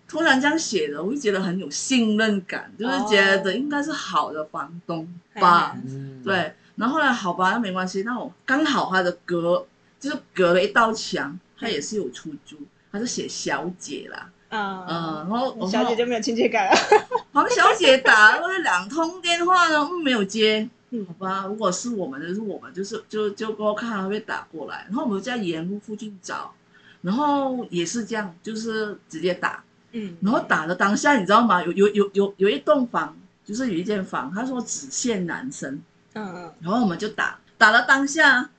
Speaker 1: 突然这样写的，我就觉得很有信任感，就是觉得应该是好的房东吧。
Speaker 3: 哦
Speaker 2: 嗯，
Speaker 1: 对，然后后来好吧，那没关系，那我刚好他的隔就是隔了一道墙，他也是有出租，他就写小姐啦，嗯，
Speaker 3: 啊，
Speaker 1: 然后我
Speaker 3: 小姐就没有亲切感了。啊
Speaker 1: 黄小姐打了两通电话呢，嗯，没有接。
Speaker 3: 嗯
Speaker 1: 好吧，如果是我们的，就是我们就是就就给我看还会打过来，然后我们就在沿路附近找，然后也是这样，就是直接打，
Speaker 3: 嗯
Speaker 1: 然后打的当下，你知道吗？有有有有有一栋房，就是有一间房，他说只限男生，
Speaker 3: 嗯嗯，
Speaker 1: 然后我们就打，打了当下，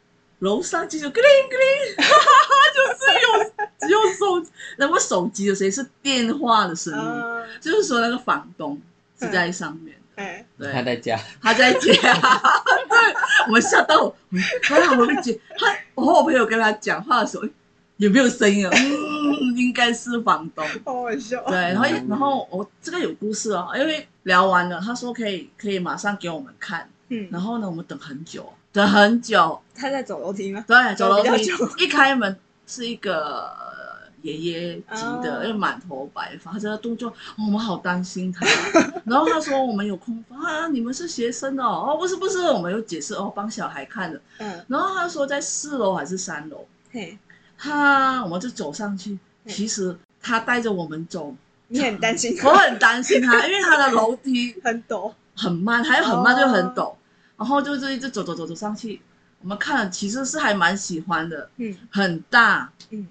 Speaker 1: 楼上机就 g l i n g g l i n 就是有只有手那么手机的声音是电话的声音，
Speaker 3: 嗯，
Speaker 1: 就是说那个房东是在上面的，
Speaker 3: 哎，
Speaker 1: 对，
Speaker 2: 他在家，
Speaker 1: 他在接、啊， 对，我们吓到我，还好我会接。他我和我朋友跟他讲话的时候，诶有没有声音啊？嗯，应该是房东。
Speaker 3: 好好笑。
Speaker 1: 对，然后
Speaker 2: 嗯
Speaker 1: 然后我这个有故事哦，因为聊完了，他说可以可以马上给我们看，
Speaker 3: 嗯，
Speaker 1: 然后呢，我们等很久，等很久，
Speaker 3: 他在走楼梯吗？
Speaker 1: 对，走楼
Speaker 3: 走
Speaker 1: 梯
Speaker 3: 比较久
Speaker 1: 一开门是一个呃爷爷级的，
Speaker 3: 哦
Speaker 1: 因为满头白发，他这个动作、哦我们好担心他。 然后他说我们有空房啊，你们是学生哦，哦不是不是，我们有解释哦，帮小孩看的。
Speaker 3: 嗯，
Speaker 1: 然后他说在四楼还是三楼，
Speaker 3: 嘿，
Speaker 1: 他我们就走上去，
Speaker 3: 嗯
Speaker 1: 其实他带着我们走，
Speaker 3: 你很担心，
Speaker 1: 我很担心他，因为他的楼梯
Speaker 3: 很抖。
Speaker 1: 很慢，还有很慢
Speaker 3: 哦
Speaker 1: 就很陡，然后就是一直走走走走上去。我们看了其实是还蛮喜欢的，
Speaker 3: 嗯
Speaker 1: 很大，
Speaker 3: 嗯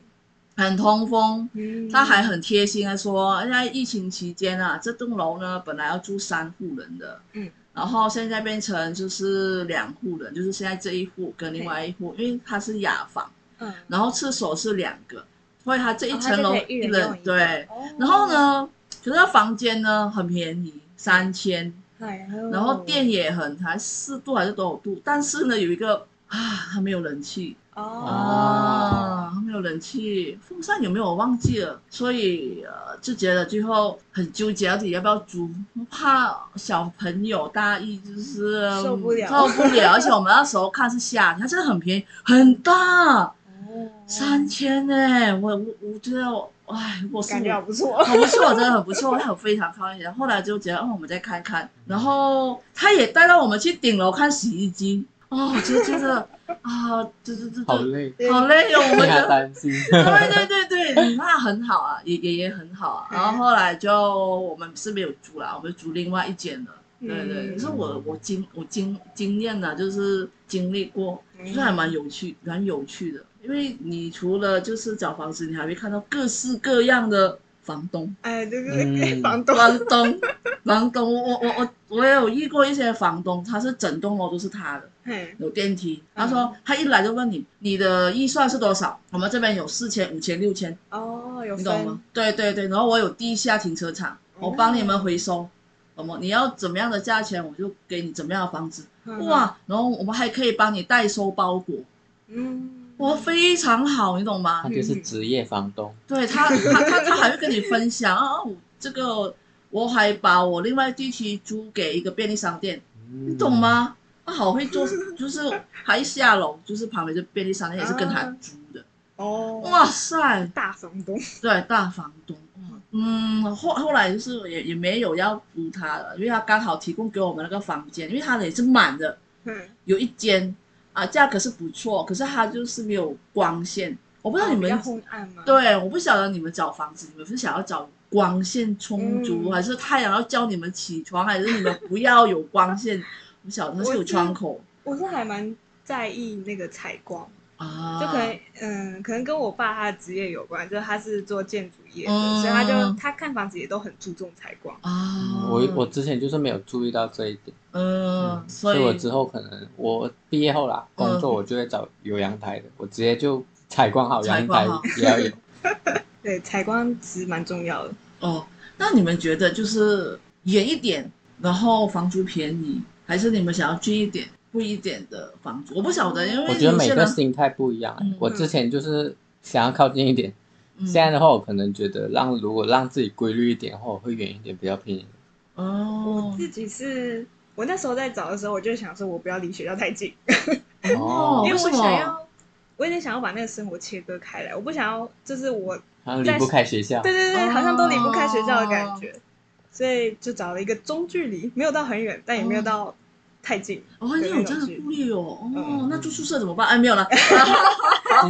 Speaker 1: 很通风。
Speaker 3: 嗯，
Speaker 1: 他还很贴心的说，现在疫情期间啊，这栋楼呢本来要住三户人的，
Speaker 3: 嗯，
Speaker 1: 然后现在变成就是两户人，就是现在这一户跟另外一户，因为它是雅房，
Speaker 3: 嗯，
Speaker 1: 然后厕所是两个，所以它这一
Speaker 3: 哦
Speaker 1: 层楼
Speaker 3: 他就可以一人
Speaker 1: 人、
Speaker 3: 用一个
Speaker 1: 对，
Speaker 3: 哦
Speaker 1: 然后？呢，可是它房间呢很便宜，三千，
Speaker 3: 哎呦
Speaker 1: 然后电也很才四度还是多少度，但是呢有一个啊，它没有冷气，
Speaker 3: 哦，
Speaker 1: 啊，没有冷气，风扇有没有我忘记了，所以呃就觉得最后很纠结，到底要不要租，怕小朋友大意就是嗯
Speaker 3: 受不了
Speaker 1: 受不了，而且我们那时候看是夏天，它真的很便宜，很大，哦三千呢，我我我觉得我，哎，如果是
Speaker 3: 哦感觉好
Speaker 1: 我。
Speaker 3: 不错。
Speaker 1: 很不错，真的很不错，我非常高兴。然后后来就觉得，哦，我们再看看。然后他也带到我们去顶楼看洗衣机，哦，我就觉得啊，这这这
Speaker 2: 好
Speaker 1: 这
Speaker 2: 累，
Speaker 1: 好累哦，我
Speaker 2: 替
Speaker 1: 们
Speaker 2: 他
Speaker 1: 的
Speaker 2: 担心。
Speaker 1: 对对对对，那很好啊，也也也很好啊。然后后来就我们是没有租啦，我们租另外一间了。对对，
Speaker 3: 嗯
Speaker 1: 可是我我经我经经验呢，就是经历过，
Speaker 3: 嗯、
Speaker 1: 就是还蛮有趣，蛮有趣的。因为你除了就是找房子，你还会看到各式各样的房东
Speaker 3: 哎，对对对，
Speaker 2: 嗯
Speaker 3: 房东
Speaker 1: 房东、 房东。我我我我我也有遇过一些房东，他是整栋楼都是他的，
Speaker 3: 嘿，
Speaker 1: 有电梯。他说他一来就问你你的预算是多少，我们这边有四千、五千、六千，
Speaker 3: 哦，有
Speaker 1: 你懂
Speaker 3: 分
Speaker 1: 吗？？对对对，然后我有地下停车场，我帮你们回收。什么？你要怎么样的价钱，我就给你怎么样的房子。
Speaker 3: 嗯，
Speaker 1: 哇，然后我们还可以帮你代收包裹，
Speaker 3: 嗯，
Speaker 1: 哇，非常好，你懂吗
Speaker 2: 他？就是职业房东，
Speaker 1: 对他，他他他还会跟你分享啊，我这个我还把我另外地区租给一个便利商店，
Speaker 2: 你
Speaker 1: 你懂？吗？他好会做，就是还下楼，就是旁边就便利商店也是跟他
Speaker 3: 啊
Speaker 1: 租的，
Speaker 3: 哦，
Speaker 1: 哇塞，
Speaker 3: 大房东，
Speaker 1: 对，大房东。哇嗯，后后来就是也也没有要租他了，因为他刚好提供给我们那个房间，因为他的也是满的，
Speaker 3: 嗯，
Speaker 1: 有一间啊，价格是不错，可是他就是没有光线。我不知道你
Speaker 3: 啊哦比
Speaker 1: 们、
Speaker 3: 较昏暗吗？，
Speaker 1: 对，我不晓得你们找房子，你们是想要找光线充足，
Speaker 3: 嗯
Speaker 1: 还是太阳要叫你们起床，还是你们不要有光线？我不晓得它是有
Speaker 3: 我是
Speaker 1: 窗口
Speaker 3: 我是还蛮在意那个采光，
Speaker 1: 啊，
Speaker 3: 就可能嗯，可能跟我爸他的职业有关，就是他是做建筑业
Speaker 1: 嗯
Speaker 3: 的，所以他就他看房子也都很注重采光。
Speaker 1: 啊，
Speaker 2: 嗯我我之前就是没有注意到这一点，
Speaker 1: 嗯，所
Speaker 2: 所
Speaker 1: 以嗯
Speaker 2: 以我之后可能我毕业后啦，工作我就会找有阳台的，我直接就采光好
Speaker 1: 采
Speaker 2: 阳
Speaker 1: 光
Speaker 2: 台
Speaker 1: 好
Speaker 2: 也要有。
Speaker 3: 对，采光其实蛮重要的。
Speaker 1: 哦，那你们觉得就是远一点，然后房租便宜，还是你们想要近一点、贵一点的房租？我不晓 得，因为
Speaker 2: 我觉得
Speaker 1: 有
Speaker 2: 每
Speaker 1: 些
Speaker 2: 个
Speaker 1: 人
Speaker 2: 心态不一样欸、
Speaker 1: 嗯
Speaker 2: 我之前就是想要靠近一点，
Speaker 1: 嗯
Speaker 2: 现在的话我可能觉得让如果让自己规律一点的话，我会远一点比较便宜。
Speaker 1: 哦
Speaker 3: 我自己是我那时候在找的时候，我就想说我不要离学校太近，
Speaker 1: 哦，
Speaker 3: 因为
Speaker 1: 为什
Speaker 3: 我想
Speaker 1: 么？
Speaker 3: 要。我有点想要把那个生活切割开来，我不想要，就是我
Speaker 2: 然后离不开学校，
Speaker 3: 对对对，
Speaker 1: 哦
Speaker 3: 好像都离不开学校的感觉，所以就找了一个中距离，没有到很远，但也没有到太近。
Speaker 1: 哦，你有这样的顾虑哦，
Speaker 3: 嗯
Speaker 1: 哦，那住宿舍怎么办？哎，没有了，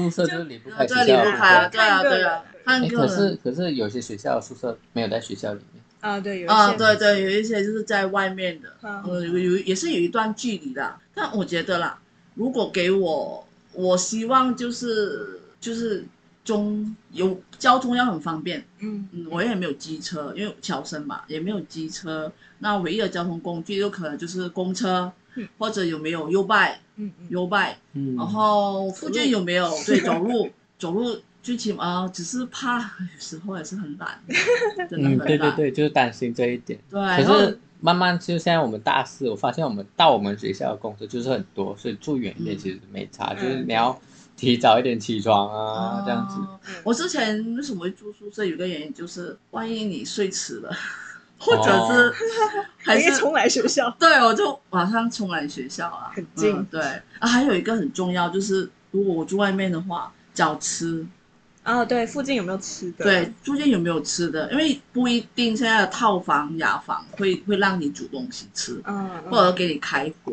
Speaker 2: 宿舍就是离不开学
Speaker 1: 对，离
Speaker 2: 校
Speaker 1: 不
Speaker 2: 的
Speaker 1: 开了，
Speaker 2: 空间。
Speaker 1: 对啊，对啊，看个
Speaker 2: 诶
Speaker 3: 看个人
Speaker 2: 哎可
Speaker 1: 人
Speaker 2: 是可是有些学校的宿舍没有在学校里面，
Speaker 3: 啊，对，有一些
Speaker 1: 啊，对对，有一些就是在外面的，
Speaker 3: 嗯
Speaker 1: 呃，有有也是有一段距离的，但我觉得啦，如果给我，我希望就是就是中有交通要很方便，
Speaker 4: 嗯
Speaker 1: 嗯，我也没有机车，因为侨生嘛，也没有机车。那唯一的交通工具就可能就是公车，
Speaker 3: 嗯
Speaker 1: 或者有没有 U bike、
Speaker 3: 嗯嗯，
Speaker 1: U bike，
Speaker 2: 嗯，
Speaker 1: 然后附近有没 有对走路走路最起码呃只是怕有时候也是很懒，真的很
Speaker 2: 嗯，
Speaker 1: 懒。
Speaker 2: 对对对，就是担心这一点。
Speaker 1: 对
Speaker 2: 可
Speaker 1: 然后
Speaker 2: 是慢慢就现在我们大四，我发现我们到我们学校的公司就是很多，所以住远一点
Speaker 1: 嗯
Speaker 2: 其实没差，
Speaker 3: 嗯
Speaker 2: 就是你要提早一点起床啊，这样子。
Speaker 1: 哦我之前为什么会住宿舍，有一个原因就是，万一你睡迟了，或者
Speaker 2: 哦
Speaker 1: 是、还
Speaker 3: 你可以
Speaker 1: 是
Speaker 3: 重来学校。
Speaker 1: 对，我就马上冲来学校啊，
Speaker 3: 很近
Speaker 1: 嗯对啊，还有一个很重要就是，如果我住外面的话，找吃，
Speaker 3: 啊，对，附近有没有吃的？
Speaker 1: 对，附近有没有吃的？因为不一定现在的套房、雅房会会让你煮东西吃，
Speaker 3: 嗯，嗯，
Speaker 1: 或者给你开火，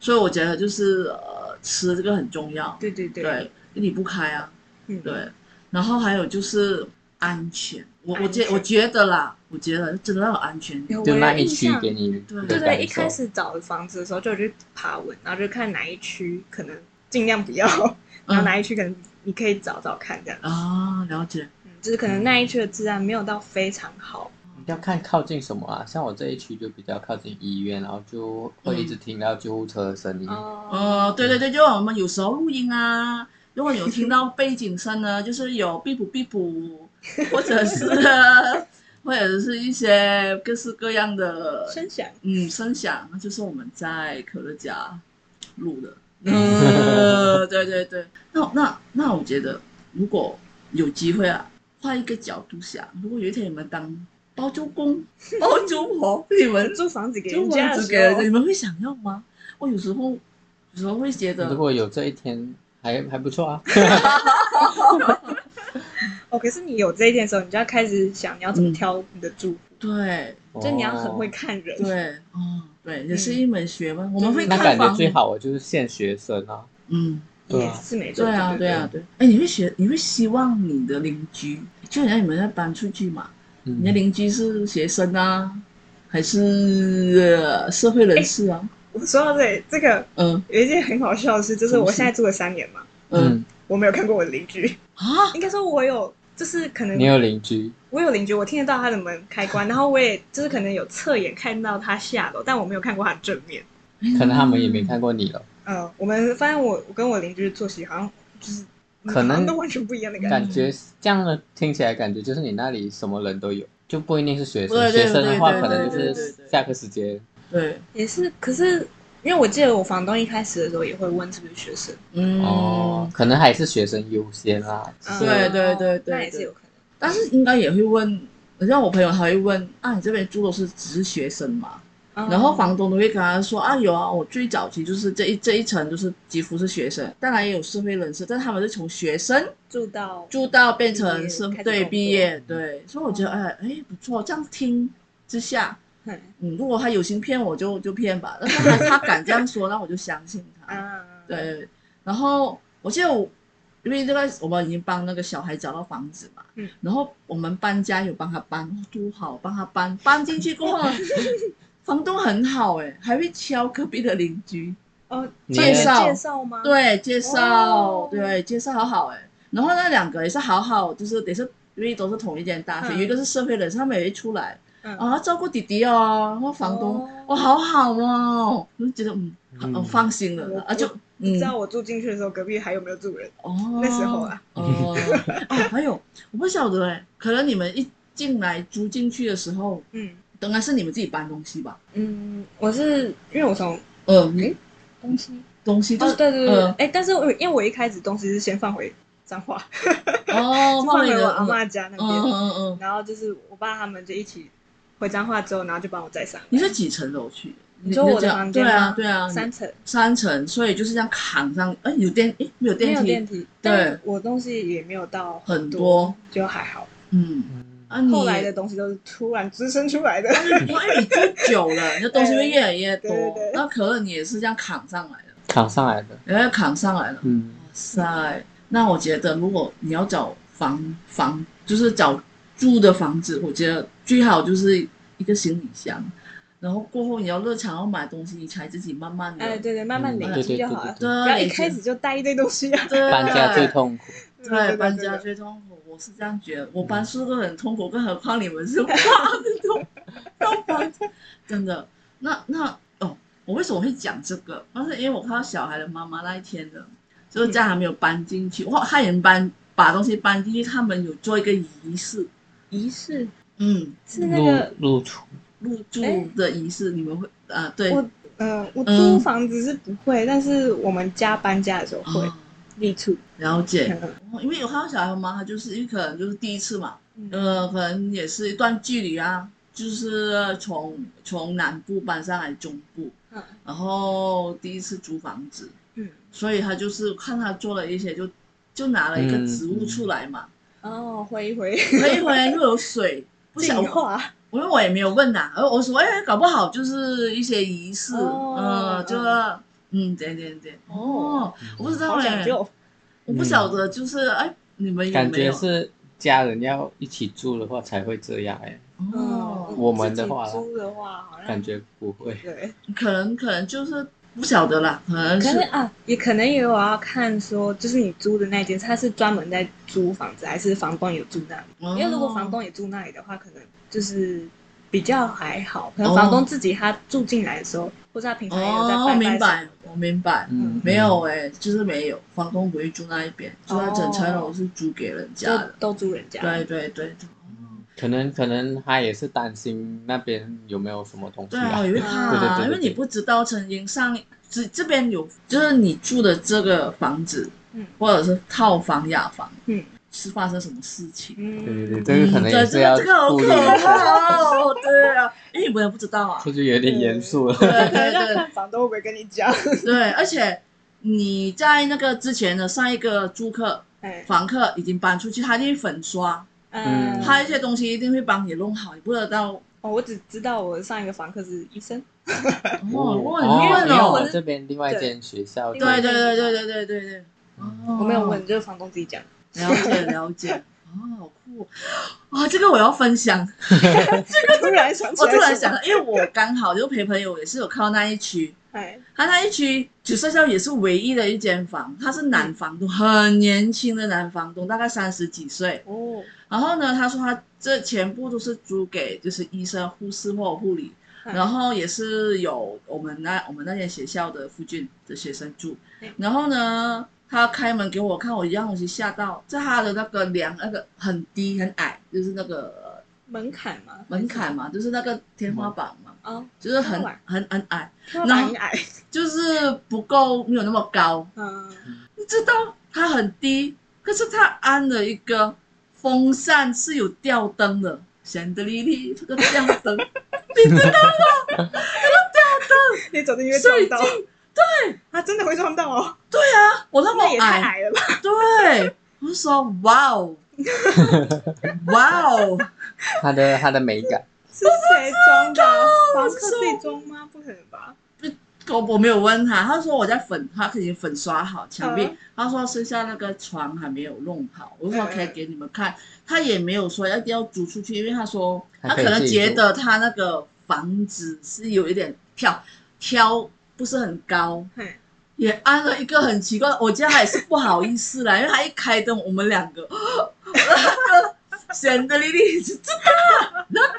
Speaker 1: 所以我觉得就是呃，吃这个很重要。
Speaker 3: 对对对，
Speaker 1: 对，你不开啊，
Speaker 3: 嗯，
Speaker 1: 对，然后还有就是安全，我我
Speaker 3: 安
Speaker 1: 觉
Speaker 3: 全
Speaker 1: 我觉得啦，我觉得真的要有安全感。
Speaker 3: 有
Speaker 2: 就
Speaker 3: 我
Speaker 2: 那
Speaker 3: 有
Speaker 2: 一
Speaker 3: 印
Speaker 2: 区
Speaker 3: 象
Speaker 2: 给你
Speaker 1: 对
Speaker 2: 的
Speaker 3: 对
Speaker 2: 感
Speaker 3: 对，一
Speaker 2: 受
Speaker 3: 开始找房子的时候就有去爬文，然后就看哪一区可能尽量不要， 然后
Speaker 1: 嗯
Speaker 3: 哪一区可能你可以找找看这样，
Speaker 1: 啊，了解。
Speaker 3: 嗯就是可能那一区的治安没有到非常好，
Speaker 2: 要看靠近什么啊，像我这一区就比较靠近医院，然后就会一直听到救护车的声音。
Speaker 3: 哦
Speaker 1: 呃，对对对，就我们有时候录音啊，如果有听 到背景声呢，就是有哔补哔补，或者是 或者是一些各式各样的
Speaker 3: 声响，
Speaker 1: 嗯声响，那就是我们在可乐家录的。嗯，对对对，那那那我觉得，如果有机会啊，换一个角度想，如果有一天你们当包租公、包租婆，你们
Speaker 3: 呃租房子给
Speaker 1: 就
Speaker 3: 人
Speaker 1: 房
Speaker 3: 家的
Speaker 1: 子给
Speaker 3: 时
Speaker 1: 人
Speaker 3: 候
Speaker 1: 家，你们会想要吗？我有时候有时候会觉得
Speaker 2: 如，果有这一天，还还不错啊。
Speaker 3: 哦，可是你有这一天的时候，你就要开始想你要怎么
Speaker 1: 嗯
Speaker 3: 挑你的住户，
Speaker 1: 对
Speaker 3: 就你要很会
Speaker 2: 哦。
Speaker 3: 看人，
Speaker 1: 对，哦，对，也是一门学问。我们会
Speaker 2: 那
Speaker 1: 看
Speaker 2: 感觉
Speaker 1: 房
Speaker 2: 最，好的就是现学生啊。
Speaker 1: 嗯，
Speaker 2: 对
Speaker 3: 也
Speaker 2: 啊，
Speaker 3: 是没错，
Speaker 1: 对啊，对
Speaker 3: 对
Speaker 1: 啊，，对。哎，你会学，你会希望你的邻居，就好像你们在搬出去嘛，
Speaker 2: 嗯
Speaker 1: 你的邻居是学生啊，还是呃社会人士啊？
Speaker 3: 我说到这里，这个
Speaker 1: 嗯
Speaker 3: 有一件很好笑的事，就是我
Speaker 1: 什么事
Speaker 3: 现在住了三年嘛，
Speaker 1: 嗯
Speaker 2: 嗯，
Speaker 3: 我没有看过我的邻 居，
Speaker 1: 啊，
Speaker 3: 应该说我有，就是可能
Speaker 2: 你有邻居，
Speaker 3: 我有邻居，我听得到他的门开 关，然后我也就是可能有侧眼看到他下楼，但我没有看过他的正面。
Speaker 2: 可能他们也没看过你了。
Speaker 3: 嗯，我们发现我我跟我邻居的作息好像就是嗯
Speaker 2: 可能
Speaker 3: 好像都完全不一样的感
Speaker 2: 感
Speaker 3: 觉。
Speaker 1: 嗯
Speaker 2: 觉这样的听起来，感觉就是你那里什么人都有，就不一定是学生。
Speaker 1: 对对
Speaker 2: 学生的话，
Speaker 1: 对
Speaker 2: 可
Speaker 1: 对
Speaker 2: 能就
Speaker 1: 对对
Speaker 2: 是
Speaker 1: 对对
Speaker 2: 下课时间。
Speaker 1: 对，
Speaker 3: 也是，可是因为我记得我房东一开始的时候也会问是不是学生，
Speaker 1: 嗯，
Speaker 2: 哦，可能还是学生优先啦。只是
Speaker 1: 对对对对
Speaker 3: 嗯那也是有可能。
Speaker 1: 但是应该也会问，像我朋友他会问，啊，你这边住的是只是学生嘛？
Speaker 3: 嗯
Speaker 1: 然后房东都会跟他说啊，有啊，我最早期就是这一这一层就是几乎是学生，当然也有社会人士，但他们是从学生
Speaker 3: 住到
Speaker 1: 住到变成是
Speaker 3: 毕业开始
Speaker 1: 对
Speaker 3: 工作
Speaker 1: 毕业，对，所以我觉得哎哎不错，这样听之下，
Speaker 3: 嗯
Speaker 1: 嗯，如果他有心骗我就就骗吧，但是他 他敢这样说，那我就相信他。
Speaker 3: 啊，
Speaker 1: 对，然后我记得我因为这个我们已经帮那个小孩找到房子嘛，
Speaker 3: 嗯
Speaker 1: 然后我们搬家有帮他搬，哦多好，帮他搬搬进去 过后，房东很好哎、还会敲隔壁的邻居，
Speaker 3: 哦，
Speaker 2: 你
Speaker 3: 介
Speaker 1: 绍
Speaker 3: 介绍吗？，
Speaker 1: 对，介绍，
Speaker 3: 啊哦
Speaker 1: 对，介绍好好哎、然后那两个也是好好，就是也是因为都是同一间大学，
Speaker 3: 嗯
Speaker 1: 有一个是社会人士，他们也会出来
Speaker 3: 嗯
Speaker 1: 啊照顾弟弟哦，然后房东
Speaker 3: 哦
Speaker 1: 哇、哦好好哦，我就觉得嗯很、
Speaker 2: 嗯
Speaker 1: 放心了
Speaker 3: 我
Speaker 1: 啊就
Speaker 3: 不
Speaker 1: 嗯
Speaker 3: 知道我住进去的时候隔壁还有没有住人，
Speaker 1: 哦
Speaker 3: 那时候啊，
Speaker 1: 哦， 哦，还有我不晓得哎、可能你们一进来租进去的时候，
Speaker 3: 嗯。
Speaker 1: 应该是你们自己搬东西吧？
Speaker 3: 嗯，我是因为我从
Speaker 1: 嗯、
Speaker 3: 诶东西
Speaker 1: 东西就
Speaker 3: 哦，
Speaker 1: 是、
Speaker 3: 对对对，哎、
Speaker 1: 嗯
Speaker 3: 但是我因为我一开始东西是先放回彰化，
Speaker 1: 哦，
Speaker 3: 是
Speaker 1: 放
Speaker 3: 放
Speaker 1: 回
Speaker 3: 回
Speaker 1: 你
Speaker 3: 我
Speaker 1: 的
Speaker 3: 阿妈家那
Speaker 1: 嗯
Speaker 3: 边，
Speaker 1: 嗯嗯嗯，
Speaker 3: 然后就是我爸他们就一起回彰化之后，然后就帮我再上来。
Speaker 1: 你是几层楼去？
Speaker 3: 你说我
Speaker 1: 这
Speaker 3: 的
Speaker 1: 样
Speaker 3: 房间
Speaker 1: 对啊
Speaker 3: 吗
Speaker 1: 对啊，
Speaker 3: 三层，
Speaker 1: 三层，所以就是这样扛上，哎、有电哎没有
Speaker 3: 没
Speaker 1: 电
Speaker 3: 有
Speaker 1: 梯，
Speaker 3: 电梯，但我东西也没有到
Speaker 1: 很
Speaker 3: 多，
Speaker 1: 多，
Speaker 3: 就还好。
Speaker 1: 嗯
Speaker 2: 嗯
Speaker 1: 啊你
Speaker 3: 后来的东西都是突然滋生出来的，
Speaker 1: 因为你住久了，你的东西会越来越多，
Speaker 3: 对对对
Speaker 1: 那可乐你也是这样扛上来的，
Speaker 2: 扛上来的。
Speaker 1: 然后扛上来了。
Speaker 2: 嗯，
Speaker 1: 哇塞，那我觉得如果你要找房房，就是找住的房子，我觉得最好就是一个行李箱，然后过后你要日常要买东西，你才自己慢慢的。
Speaker 3: 哎，对对，慢慢累
Speaker 2: 嗯
Speaker 3: 积就好
Speaker 2: 对对对
Speaker 3: 了
Speaker 2: 对，
Speaker 1: 对
Speaker 3: 不要一开始就带一堆东西啊。
Speaker 1: 对
Speaker 2: 搬家最痛苦。
Speaker 1: 对，搬
Speaker 3: 对
Speaker 1: 家
Speaker 3: 对嗯
Speaker 1: 最痛苦，我是这样觉得，我搬宿舍很痛苦，更何况你们是哇这种要搬，真的。那那哦，我为什么会讲这个？那是因为我看到小孩的妈妈那一天呢，
Speaker 3: 嗯
Speaker 1: 就是家还没有搬进去，哇，她也搬把东西搬进去，他们有做一个仪式，
Speaker 4: 仪式
Speaker 1: 嗯，
Speaker 3: 是那
Speaker 2: 入
Speaker 3: 个
Speaker 2: 入厨，
Speaker 1: 入住
Speaker 3: 哎
Speaker 1: 的仪式，你们会啊、对，
Speaker 3: 我呃，我
Speaker 1: 嗯
Speaker 3: 租房子是不会，但是我们家搬家的时候会
Speaker 1: 哦
Speaker 3: 立储。
Speaker 1: 了解。
Speaker 3: 嗯
Speaker 1: 哦因为有看到小孩的妈，她就是因为可能就是第一次嘛，
Speaker 3: 嗯
Speaker 1: 呃，可能也是一段距离啊，就是从从南部搬上来中部，然后第一次租房子，
Speaker 3: 嗯，
Speaker 1: 所以他就是看他做了一些就，就拿了一个
Speaker 2: 嗯
Speaker 1: 植物出来嘛，
Speaker 3: 哦，挥一挥，
Speaker 1: 所以回来又有水，不
Speaker 3: 净
Speaker 1: 想我，
Speaker 3: 化，
Speaker 1: 因为我也没有问呐、而我说哎，搞不好就是一些仪式，
Speaker 3: 哦
Speaker 1: 嗯，就
Speaker 3: 嗯
Speaker 1: 嗯，对对对，
Speaker 3: 哦
Speaker 2: 嗯
Speaker 1: 哦，我不知道
Speaker 3: 好讲
Speaker 1: 哎、
Speaker 3: 究。
Speaker 1: 我不晓得，就是哎，你们有
Speaker 2: 感
Speaker 1: 没
Speaker 2: 觉
Speaker 1: 有？
Speaker 2: 是家人要一起住的话才会这样哎，
Speaker 1: 哦，
Speaker 3: 嗯
Speaker 2: 我们的话啦
Speaker 3: 自己租的话好像
Speaker 2: 感觉不会。
Speaker 3: 对，
Speaker 1: 可能可能就是不晓得啦，可能
Speaker 3: 可
Speaker 1: 是
Speaker 3: 能啊，也可能也有要看说，就是你租的那间，它是专门在租房子，还是房东有住那里？
Speaker 1: 因
Speaker 3: 因为如果房东也住那里的话，可能就是比较还好。可能房东自己他住进来的时候，或者他平常也有在
Speaker 1: 哦，
Speaker 3: 拜
Speaker 1: 我
Speaker 3: 拜
Speaker 1: 明
Speaker 3: 什
Speaker 1: 白
Speaker 3: 么，的
Speaker 1: 我明白，
Speaker 2: 嗯，
Speaker 1: 没有哎、就是没有，房东不会住那一边，住那整层
Speaker 3: 哦
Speaker 1: 楼是租给人家的，
Speaker 3: 都都租人家。
Speaker 1: 对对对，
Speaker 2: 可能可能他也是担心那边有没有什么东西
Speaker 1: 对啊，我也会怕
Speaker 3: 对对
Speaker 1: 啊，
Speaker 2: 对对
Speaker 1: 因为你不知道曾经上这这边有，就是你住的这个房子，
Speaker 3: 嗯
Speaker 1: 或者是套房、雅房，
Speaker 3: 嗯
Speaker 1: 是发生什么事情？
Speaker 3: 嗯，
Speaker 2: 对对对，这个可能也
Speaker 1: 对
Speaker 2: 是
Speaker 1: 这个
Speaker 2: 要
Speaker 1: 这个好
Speaker 2: 顾虑
Speaker 1: 可
Speaker 2: 一下，
Speaker 1: 怕哦，对啊，因为你们也不知道啊，
Speaker 2: 这就有点严肃了。
Speaker 1: 对
Speaker 3: 可能
Speaker 1: 对
Speaker 3: 要
Speaker 1: 对。
Speaker 3: 看房东会不会跟你讲。
Speaker 1: 对，而且你在那个之前的上一个租客、
Speaker 3: 哎，
Speaker 1: 房客已经搬出去，他一定会粉刷，
Speaker 2: 嗯
Speaker 1: 他一些东西一定会帮你弄好，你不知道。
Speaker 3: 哦，我只知道我上一个房客是医生。
Speaker 1: 哦，哇，你
Speaker 2: 哦因
Speaker 1: 问
Speaker 2: 为我
Speaker 1: 哦
Speaker 2: 们，这边另外一间学校，
Speaker 3: 对
Speaker 1: 对对对对对对对对，
Speaker 2: 嗯
Speaker 1: 哦
Speaker 3: 我没有问，，就是房东自己讲。
Speaker 1: 了解了解。哦，好酷啊！这个我要分享，
Speaker 3: 突然想起
Speaker 1: 我
Speaker 3: 来，
Speaker 1: 突然想，到，因为我刚好就陪朋友也是有看到那一区，
Speaker 3: 哎，
Speaker 1: 他那一区九色校也是唯一的一间房，他是男房东，很年轻的男房东，大概三十几岁，
Speaker 3: 哦，
Speaker 1: 然后呢，他说他这全部都是租给就是医生、护士或护理，
Speaker 3: 嗯
Speaker 1: 然后也是有我们那我们那间学校的附近的学生住
Speaker 3: 嗯。
Speaker 1: 然后呢，他开门给我看，我一样东西吓到，在他的那个梁那个很低很矮，就是那个
Speaker 3: 门槛嘛，
Speaker 1: 门槛嘛，就是那个天花板嘛，
Speaker 3: 啊，
Speaker 1: 就是很
Speaker 3: 天花板
Speaker 1: 很很矮，
Speaker 3: 天花板很矮，
Speaker 1: 就是不够没有那么高。
Speaker 3: 嗯，
Speaker 1: 你知道它很低，可是它安了一个风扇是有吊灯的，显得哩哩这个吊灯，
Speaker 3: 你走进去会
Speaker 1: 所以
Speaker 3: 撞到，对，他真的会撞到哦，
Speaker 1: 我那么
Speaker 3: 那也
Speaker 1: 矮，
Speaker 3: 太矮了吧，
Speaker 1: 对，我就说哇 哦，哇哦，
Speaker 2: 它的它的美感，
Speaker 3: 是谁装的啊？房客
Speaker 1: 知道
Speaker 3: 自己装吗？不可能吧？
Speaker 1: 我我没有问他，他说我在粉，他已经粉刷好墙壁
Speaker 3: 嗯，
Speaker 1: 他说剩下那个床还没有弄好，我就说
Speaker 3: 嗯
Speaker 1: 可以给你们看，他也没有说要一定要租出去，因为他说他
Speaker 2: 还可
Speaker 1: 可
Speaker 2: 以
Speaker 1: 能
Speaker 2: 自己
Speaker 1: 觉
Speaker 2: 住
Speaker 1: 得他那个房子是有一点挑挑不是很高，
Speaker 3: 嘿，
Speaker 1: 也安了一个很奇怪，我家还是不好意思啦，因为他一开灯，我们两个显得丽丽知道那个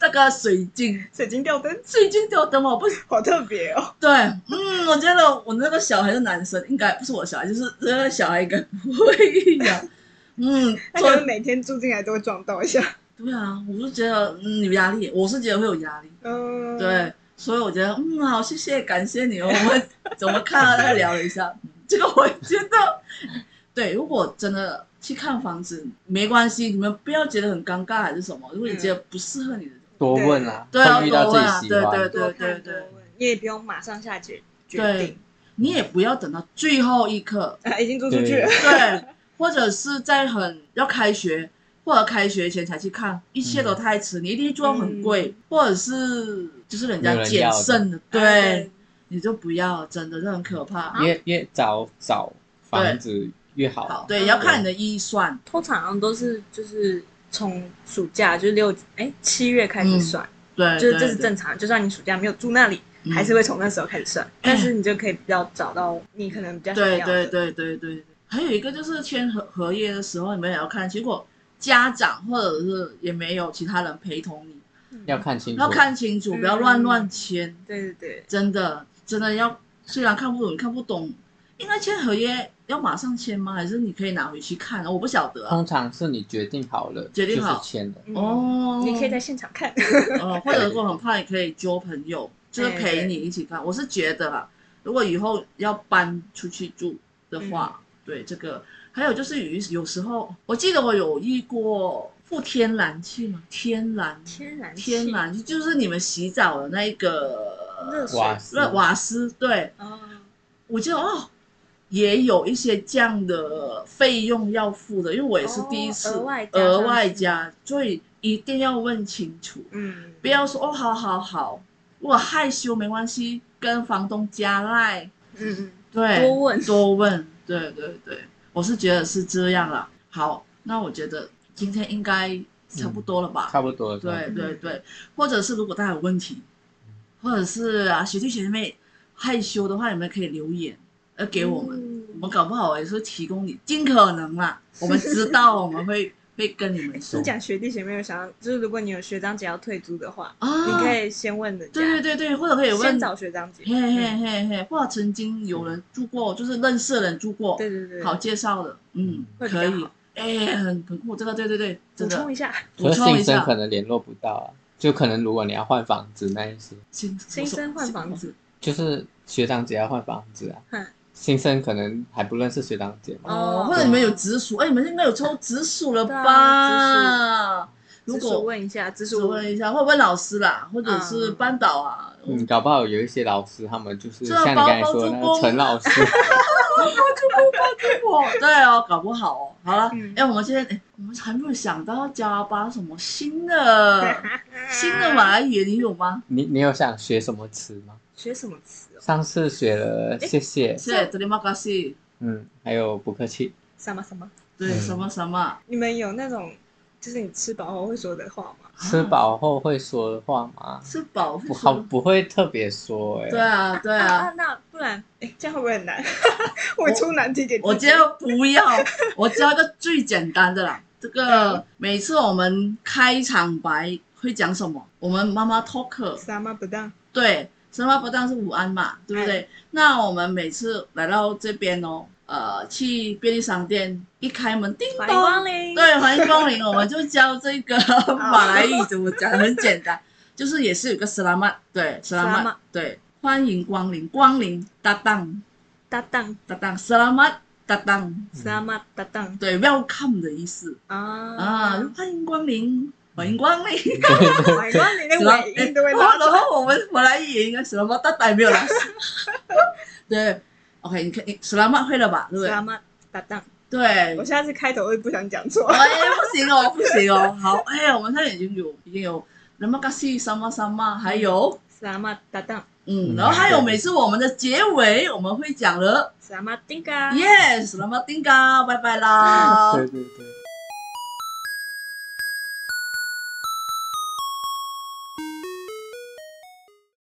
Speaker 1: 那个水晶
Speaker 3: 水晶吊灯，
Speaker 1: 水晶吊灯嘛，我不
Speaker 3: 好特别哦，
Speaker 1: 对，嗯，我觉得我那个小孩是男生，应该不是我小孩，就是那个小孩应该不会养。嗯，
Speaker 3: 他
Speaker 1: 做
Speaker 3: 可能每天住进来都会撞到一下，
Speaker 1: 对啊，我就觉得嗯有压力，我是觉得会有压力。
Speaker 3: 嗯，
Speaker 1: 对，所以我觉得嗯好，谢谢，感谢你哦。我 们怎么看啊？再聊了一下，嗯这个我觉得， 对，如果真的去看房子没关系，你们不要觉得很尴尬还是什么。如果你觉
Speaker 3: 嗯
Speaker 1: 得不适合你的，
Speaker 2: 多问啊，
Speaker 1: 对啊
Speaker 2: 会遇到
Speaker 1: 多问啊
Speaker 2: 自己喜欢
Speaker 1: 对
Speaker 2: 的。
Speaker 1: 对
Speaker 3: 多看
Speaker 1: 对
Speaker 3: 多
Speaker 1: 对
Speaker 3: 问，你也不用马上下决决
Speaker 1: 对
Speaker 3: 定，
Speaker 1: 你也不要等到最后一刻
Speaker 3: 啊，已经租出去了，
Speaker 1: 对，或者是在很要开学或者开学前才去看，一切
Speaker 3: 嗯
Speaker 1: 都太迟，你一定做很贵，或者是就是人家减剩的，对， 你就不要，真的是很可
Speaker 3: 啊
Speaker 1: 怕。
Speaker 2: 越越早找房子越好。啊
Speaker 1: 好，对，要看你的预算，
Speaker 4: 通常都是就是从暑假就六哎七月开
Speaker 1: 嗯
Speaker 4: 始算，
Speaker 1: 对，
Speaker 4: 就是
Speaker 1: 对
Speaker 4: 这是
Speaker 1: 对
Speaker 4: 正常，就算你暑假没有住那里，
Speaker 1: 嗯
Speaker 4: 还是会从那时候开始算，但是你就可以比较找到你可能比较想
Speaker 1: 对
Speaker 4: 要
Speaker 1: 对
Speaker 4: 的。
Speaker 1: 对对对对，还有一个就是签合合约的时候，你们也要看，结果家长或者是也没有其他人陪同你，
Speaker 2: 要看清楚，
Speaker 1: 要看清楚，不要乱乱签，
Speaker 3: 嗯对对对，
Speaker 1: 真的真的要，虽然看不懂，看不懂，应该签合约要马上签吗？还是你可以拿回去看？我不晓得啊。
Speaker 2: 通常是你决定好了，
Speaker 1: 决定好
Speaker 2: 就是签了。
Speaker 3: 嗯
Speaker 1: 哦，
Speaker 3: 你可以在现场看。
Speaker 1: 哦，或者我很怕你可以交朋友，就是陪你一起看。我是觉得啦，如果以后要搬出去住的
Speaker 3: 嗯
Speaker 1: 话，对这个，还有就是有一有时候，我记得我有遇过附天然气嘛，天然
Speaker 3: 天然气
Speaker 1: 天然气就是你们洗澡的那
Speaker 3: 热
Speaker 1: 个
Speaker 3: 水
Speaker 2: 瓦斯
Speaker 1: 热瓦斯，对
Speaker 3: 哦，
Speaker 1: 我记得哦。也有一些这样的费用要付的，因为我也是第一次
Speaker 3: 哦额外加
Speaker 1: 额
Speaker 3: 上
Speaker 1: 外
Speaker 3: 去
Speaker 1: 加，所以一定要问清楚。
Speaker 3: 嗯，
Speaker 1: 不要说哦，好好好，如果害羞没关系，跟房东加赖，
Speaker 3: 嗯
Speaker 1: 对，
Speaker 3: 多问
Speaker 1: 多问，对对对，我是觉得是这样啦。好，那我觉得今天应该差不多了吧？
Speaker 2: 差不多了，
Speaker 1: 对
Speaker 3: 嗯
Speaker 1: 对对，或者是如果大家有问题，或者是啊学弟学妹害羞的话，你们可以留言呃给我们，
Speaker 3: 嗯
Speaker 1: 我们搞不好也是提供你尽可能 啦，我们知道我们会会跟你们说
Speaker 3: 你讲学弟学妹有想要，就是如果你有学长姐要退租的话，
Speaker 1: 啊，
Speaker 3: 你可以先问人家，
Speaker 1: 对对对对，或者可以问
Speaker 3: 先找学长姐。嗯
Speaker 1: 嘿嘿嘿嘿，或者曾经有人住过，就是认识的人住过，
Speaker 3: 对对对，
Speaker 1: 好介绍的，嗯，
Speaker 3: 会比
Speaker 1: 可
Speaker 3: 较
Speaker 1: 以
Speaker 3: 好，
Speaker 1: 哎，很很酷，这个对对对，真
Speaker 3: 补充
Speaker 1: 的
Speaker 3: 一下，
Speaker 1: 补
Speaker 2: 可是
Speaker 1: 充一
Speaker 2: 新生
Speaker 1: 下
Speaker 2: 可，能联络不到啊，就可能如果你要换房子那一些，
Speaker 1: 新
Speaker 3: 新生换房子，
Speaker 2: 就是学长姐要换房子啊，
Speaker 3: 嗯
Speaker 2: 新生可能还不认识学长姐嘛，
Speaker 1: 哦，
Speaker 3: 哦
Speaker 1: 或者你们有直属，哎，你们应该有抽直属了
Speaker 3: 对啊
Speaker 1: 吧？如
Speaker 3: 直属
Speaker 1: 果
Speaker 3: 问一下，只
Speaker 1: 直
Speaker 3: 是
Speaker 1: 属 问一下，或者问老师啦，或者是
Speaker 3: 嗯
Speaker 1: 班导啊，
Speaker 2: 嗯，搞不好有一些老师他们就是
Speaker 1: 这
Speaker 2: 像你
Speaker 1: 包
Speaker 2: 刚才
Speaker 1: 包
Speaker 2: 说的
Speaker 1: 租
Speaker 2: 那
Speaker 1: 公
Speaker 2: 个陈老师，
Speaker 1: 哦， 对哦，搞不好哦。好了，哎、
Speaker 3: 嗯
Speaker 1: 我们现在、哎我们还没有想到要加巴什么新 的新的马来语，你有吗？
Speaker 2: 你你有想学什么词吗？
Speaker 3: 学什么词哦？
Speaker 2: 上次学了谢谢，
Speaker 1: 是 terima kasih，
Speaker 2: 嗯，还有不客气，
Speaker 3: 什么什么？
Speaker 1: 对、
Speaker 2: 嗯
Speaker 1: 什么什么，
Speaker 3: 你们有那种就是你吃饱后会说的话吗？
Speaker 2: 吃饱后会说的话
Speaker 1: 啊
Speaker 2: 吗？
Speaker 1: 吃饱
Speaker 2: 不
Speaker 1: 不
Speaker 2: 好，不会特别说哎、
Speaker 1: 对啊对
Speaker 3: 啊，
Speaker 1: 啊，
Speaker 3: 那不然，哎，这样会不会很难？ 我出难题给自己
Speaker 1: 我觉得不要， 我教一个最简单的啦。这个每次我们开场白会讲什么？我们妈妈 talk
Speaker 3: 什么不当，
Speaker 1: 对，生发不当是午安嘛，对不对？那我们每次来到这边哦，呃，去便利商店一开门，叮
Speaker 3: 欢迎
Speaker 1: 咚
Speaker 3: 光，临。
Speaker 1: 对，欢迎光临，我们就教这个 马来语怎么讲，很简单，就是也是有个 selamat，对
Speaker 3: Selamat
Speaker 1: ，selamat，对，欢迎光临，光临，搭档，
Speaker 3: 搭档，
Speaker 1: 搭档，selamat，搭档，
Speaker 2: 嗯
Speaker 3: 什么搭档
Speaker 1: 对，welcome 的意思
Speaker 3: 啊
Speaker 1: 啊，欢迎光临，欢迎光临。
Speaker 3: 欢迎光临， 连
Speaker 1: 哎
Speaker 3: 尾音哎都会
Speaker 1: 然后
Speaker 3: 拉
Speaker 1: 然
Speaker 3: 走。
Speaker 1: 后我们马来语也应该什么大胆没有啦。 对，OK，你看你什么会了吧？对不对
Speaker 3: 什？么搭档，
Speaker 1: 对
Speaker 3: 我，下次开头会不想讲错。
Speaker 1: 哎，不行哦，不行哦。好，哎，我们现在已经有已经有什么个西什么什么，还有
Speaker 3: 什么搭档，
Speaker 1: 嗯，
Speaker 2: 嗯
Speaker 1: 然后还有每次我们的结尾我们会讲了
Speaker 3: 什么丁嘎。
Speaker 1: ，Yes，什么丁嘎，拜拜啦。
Speaker 2: 对对对。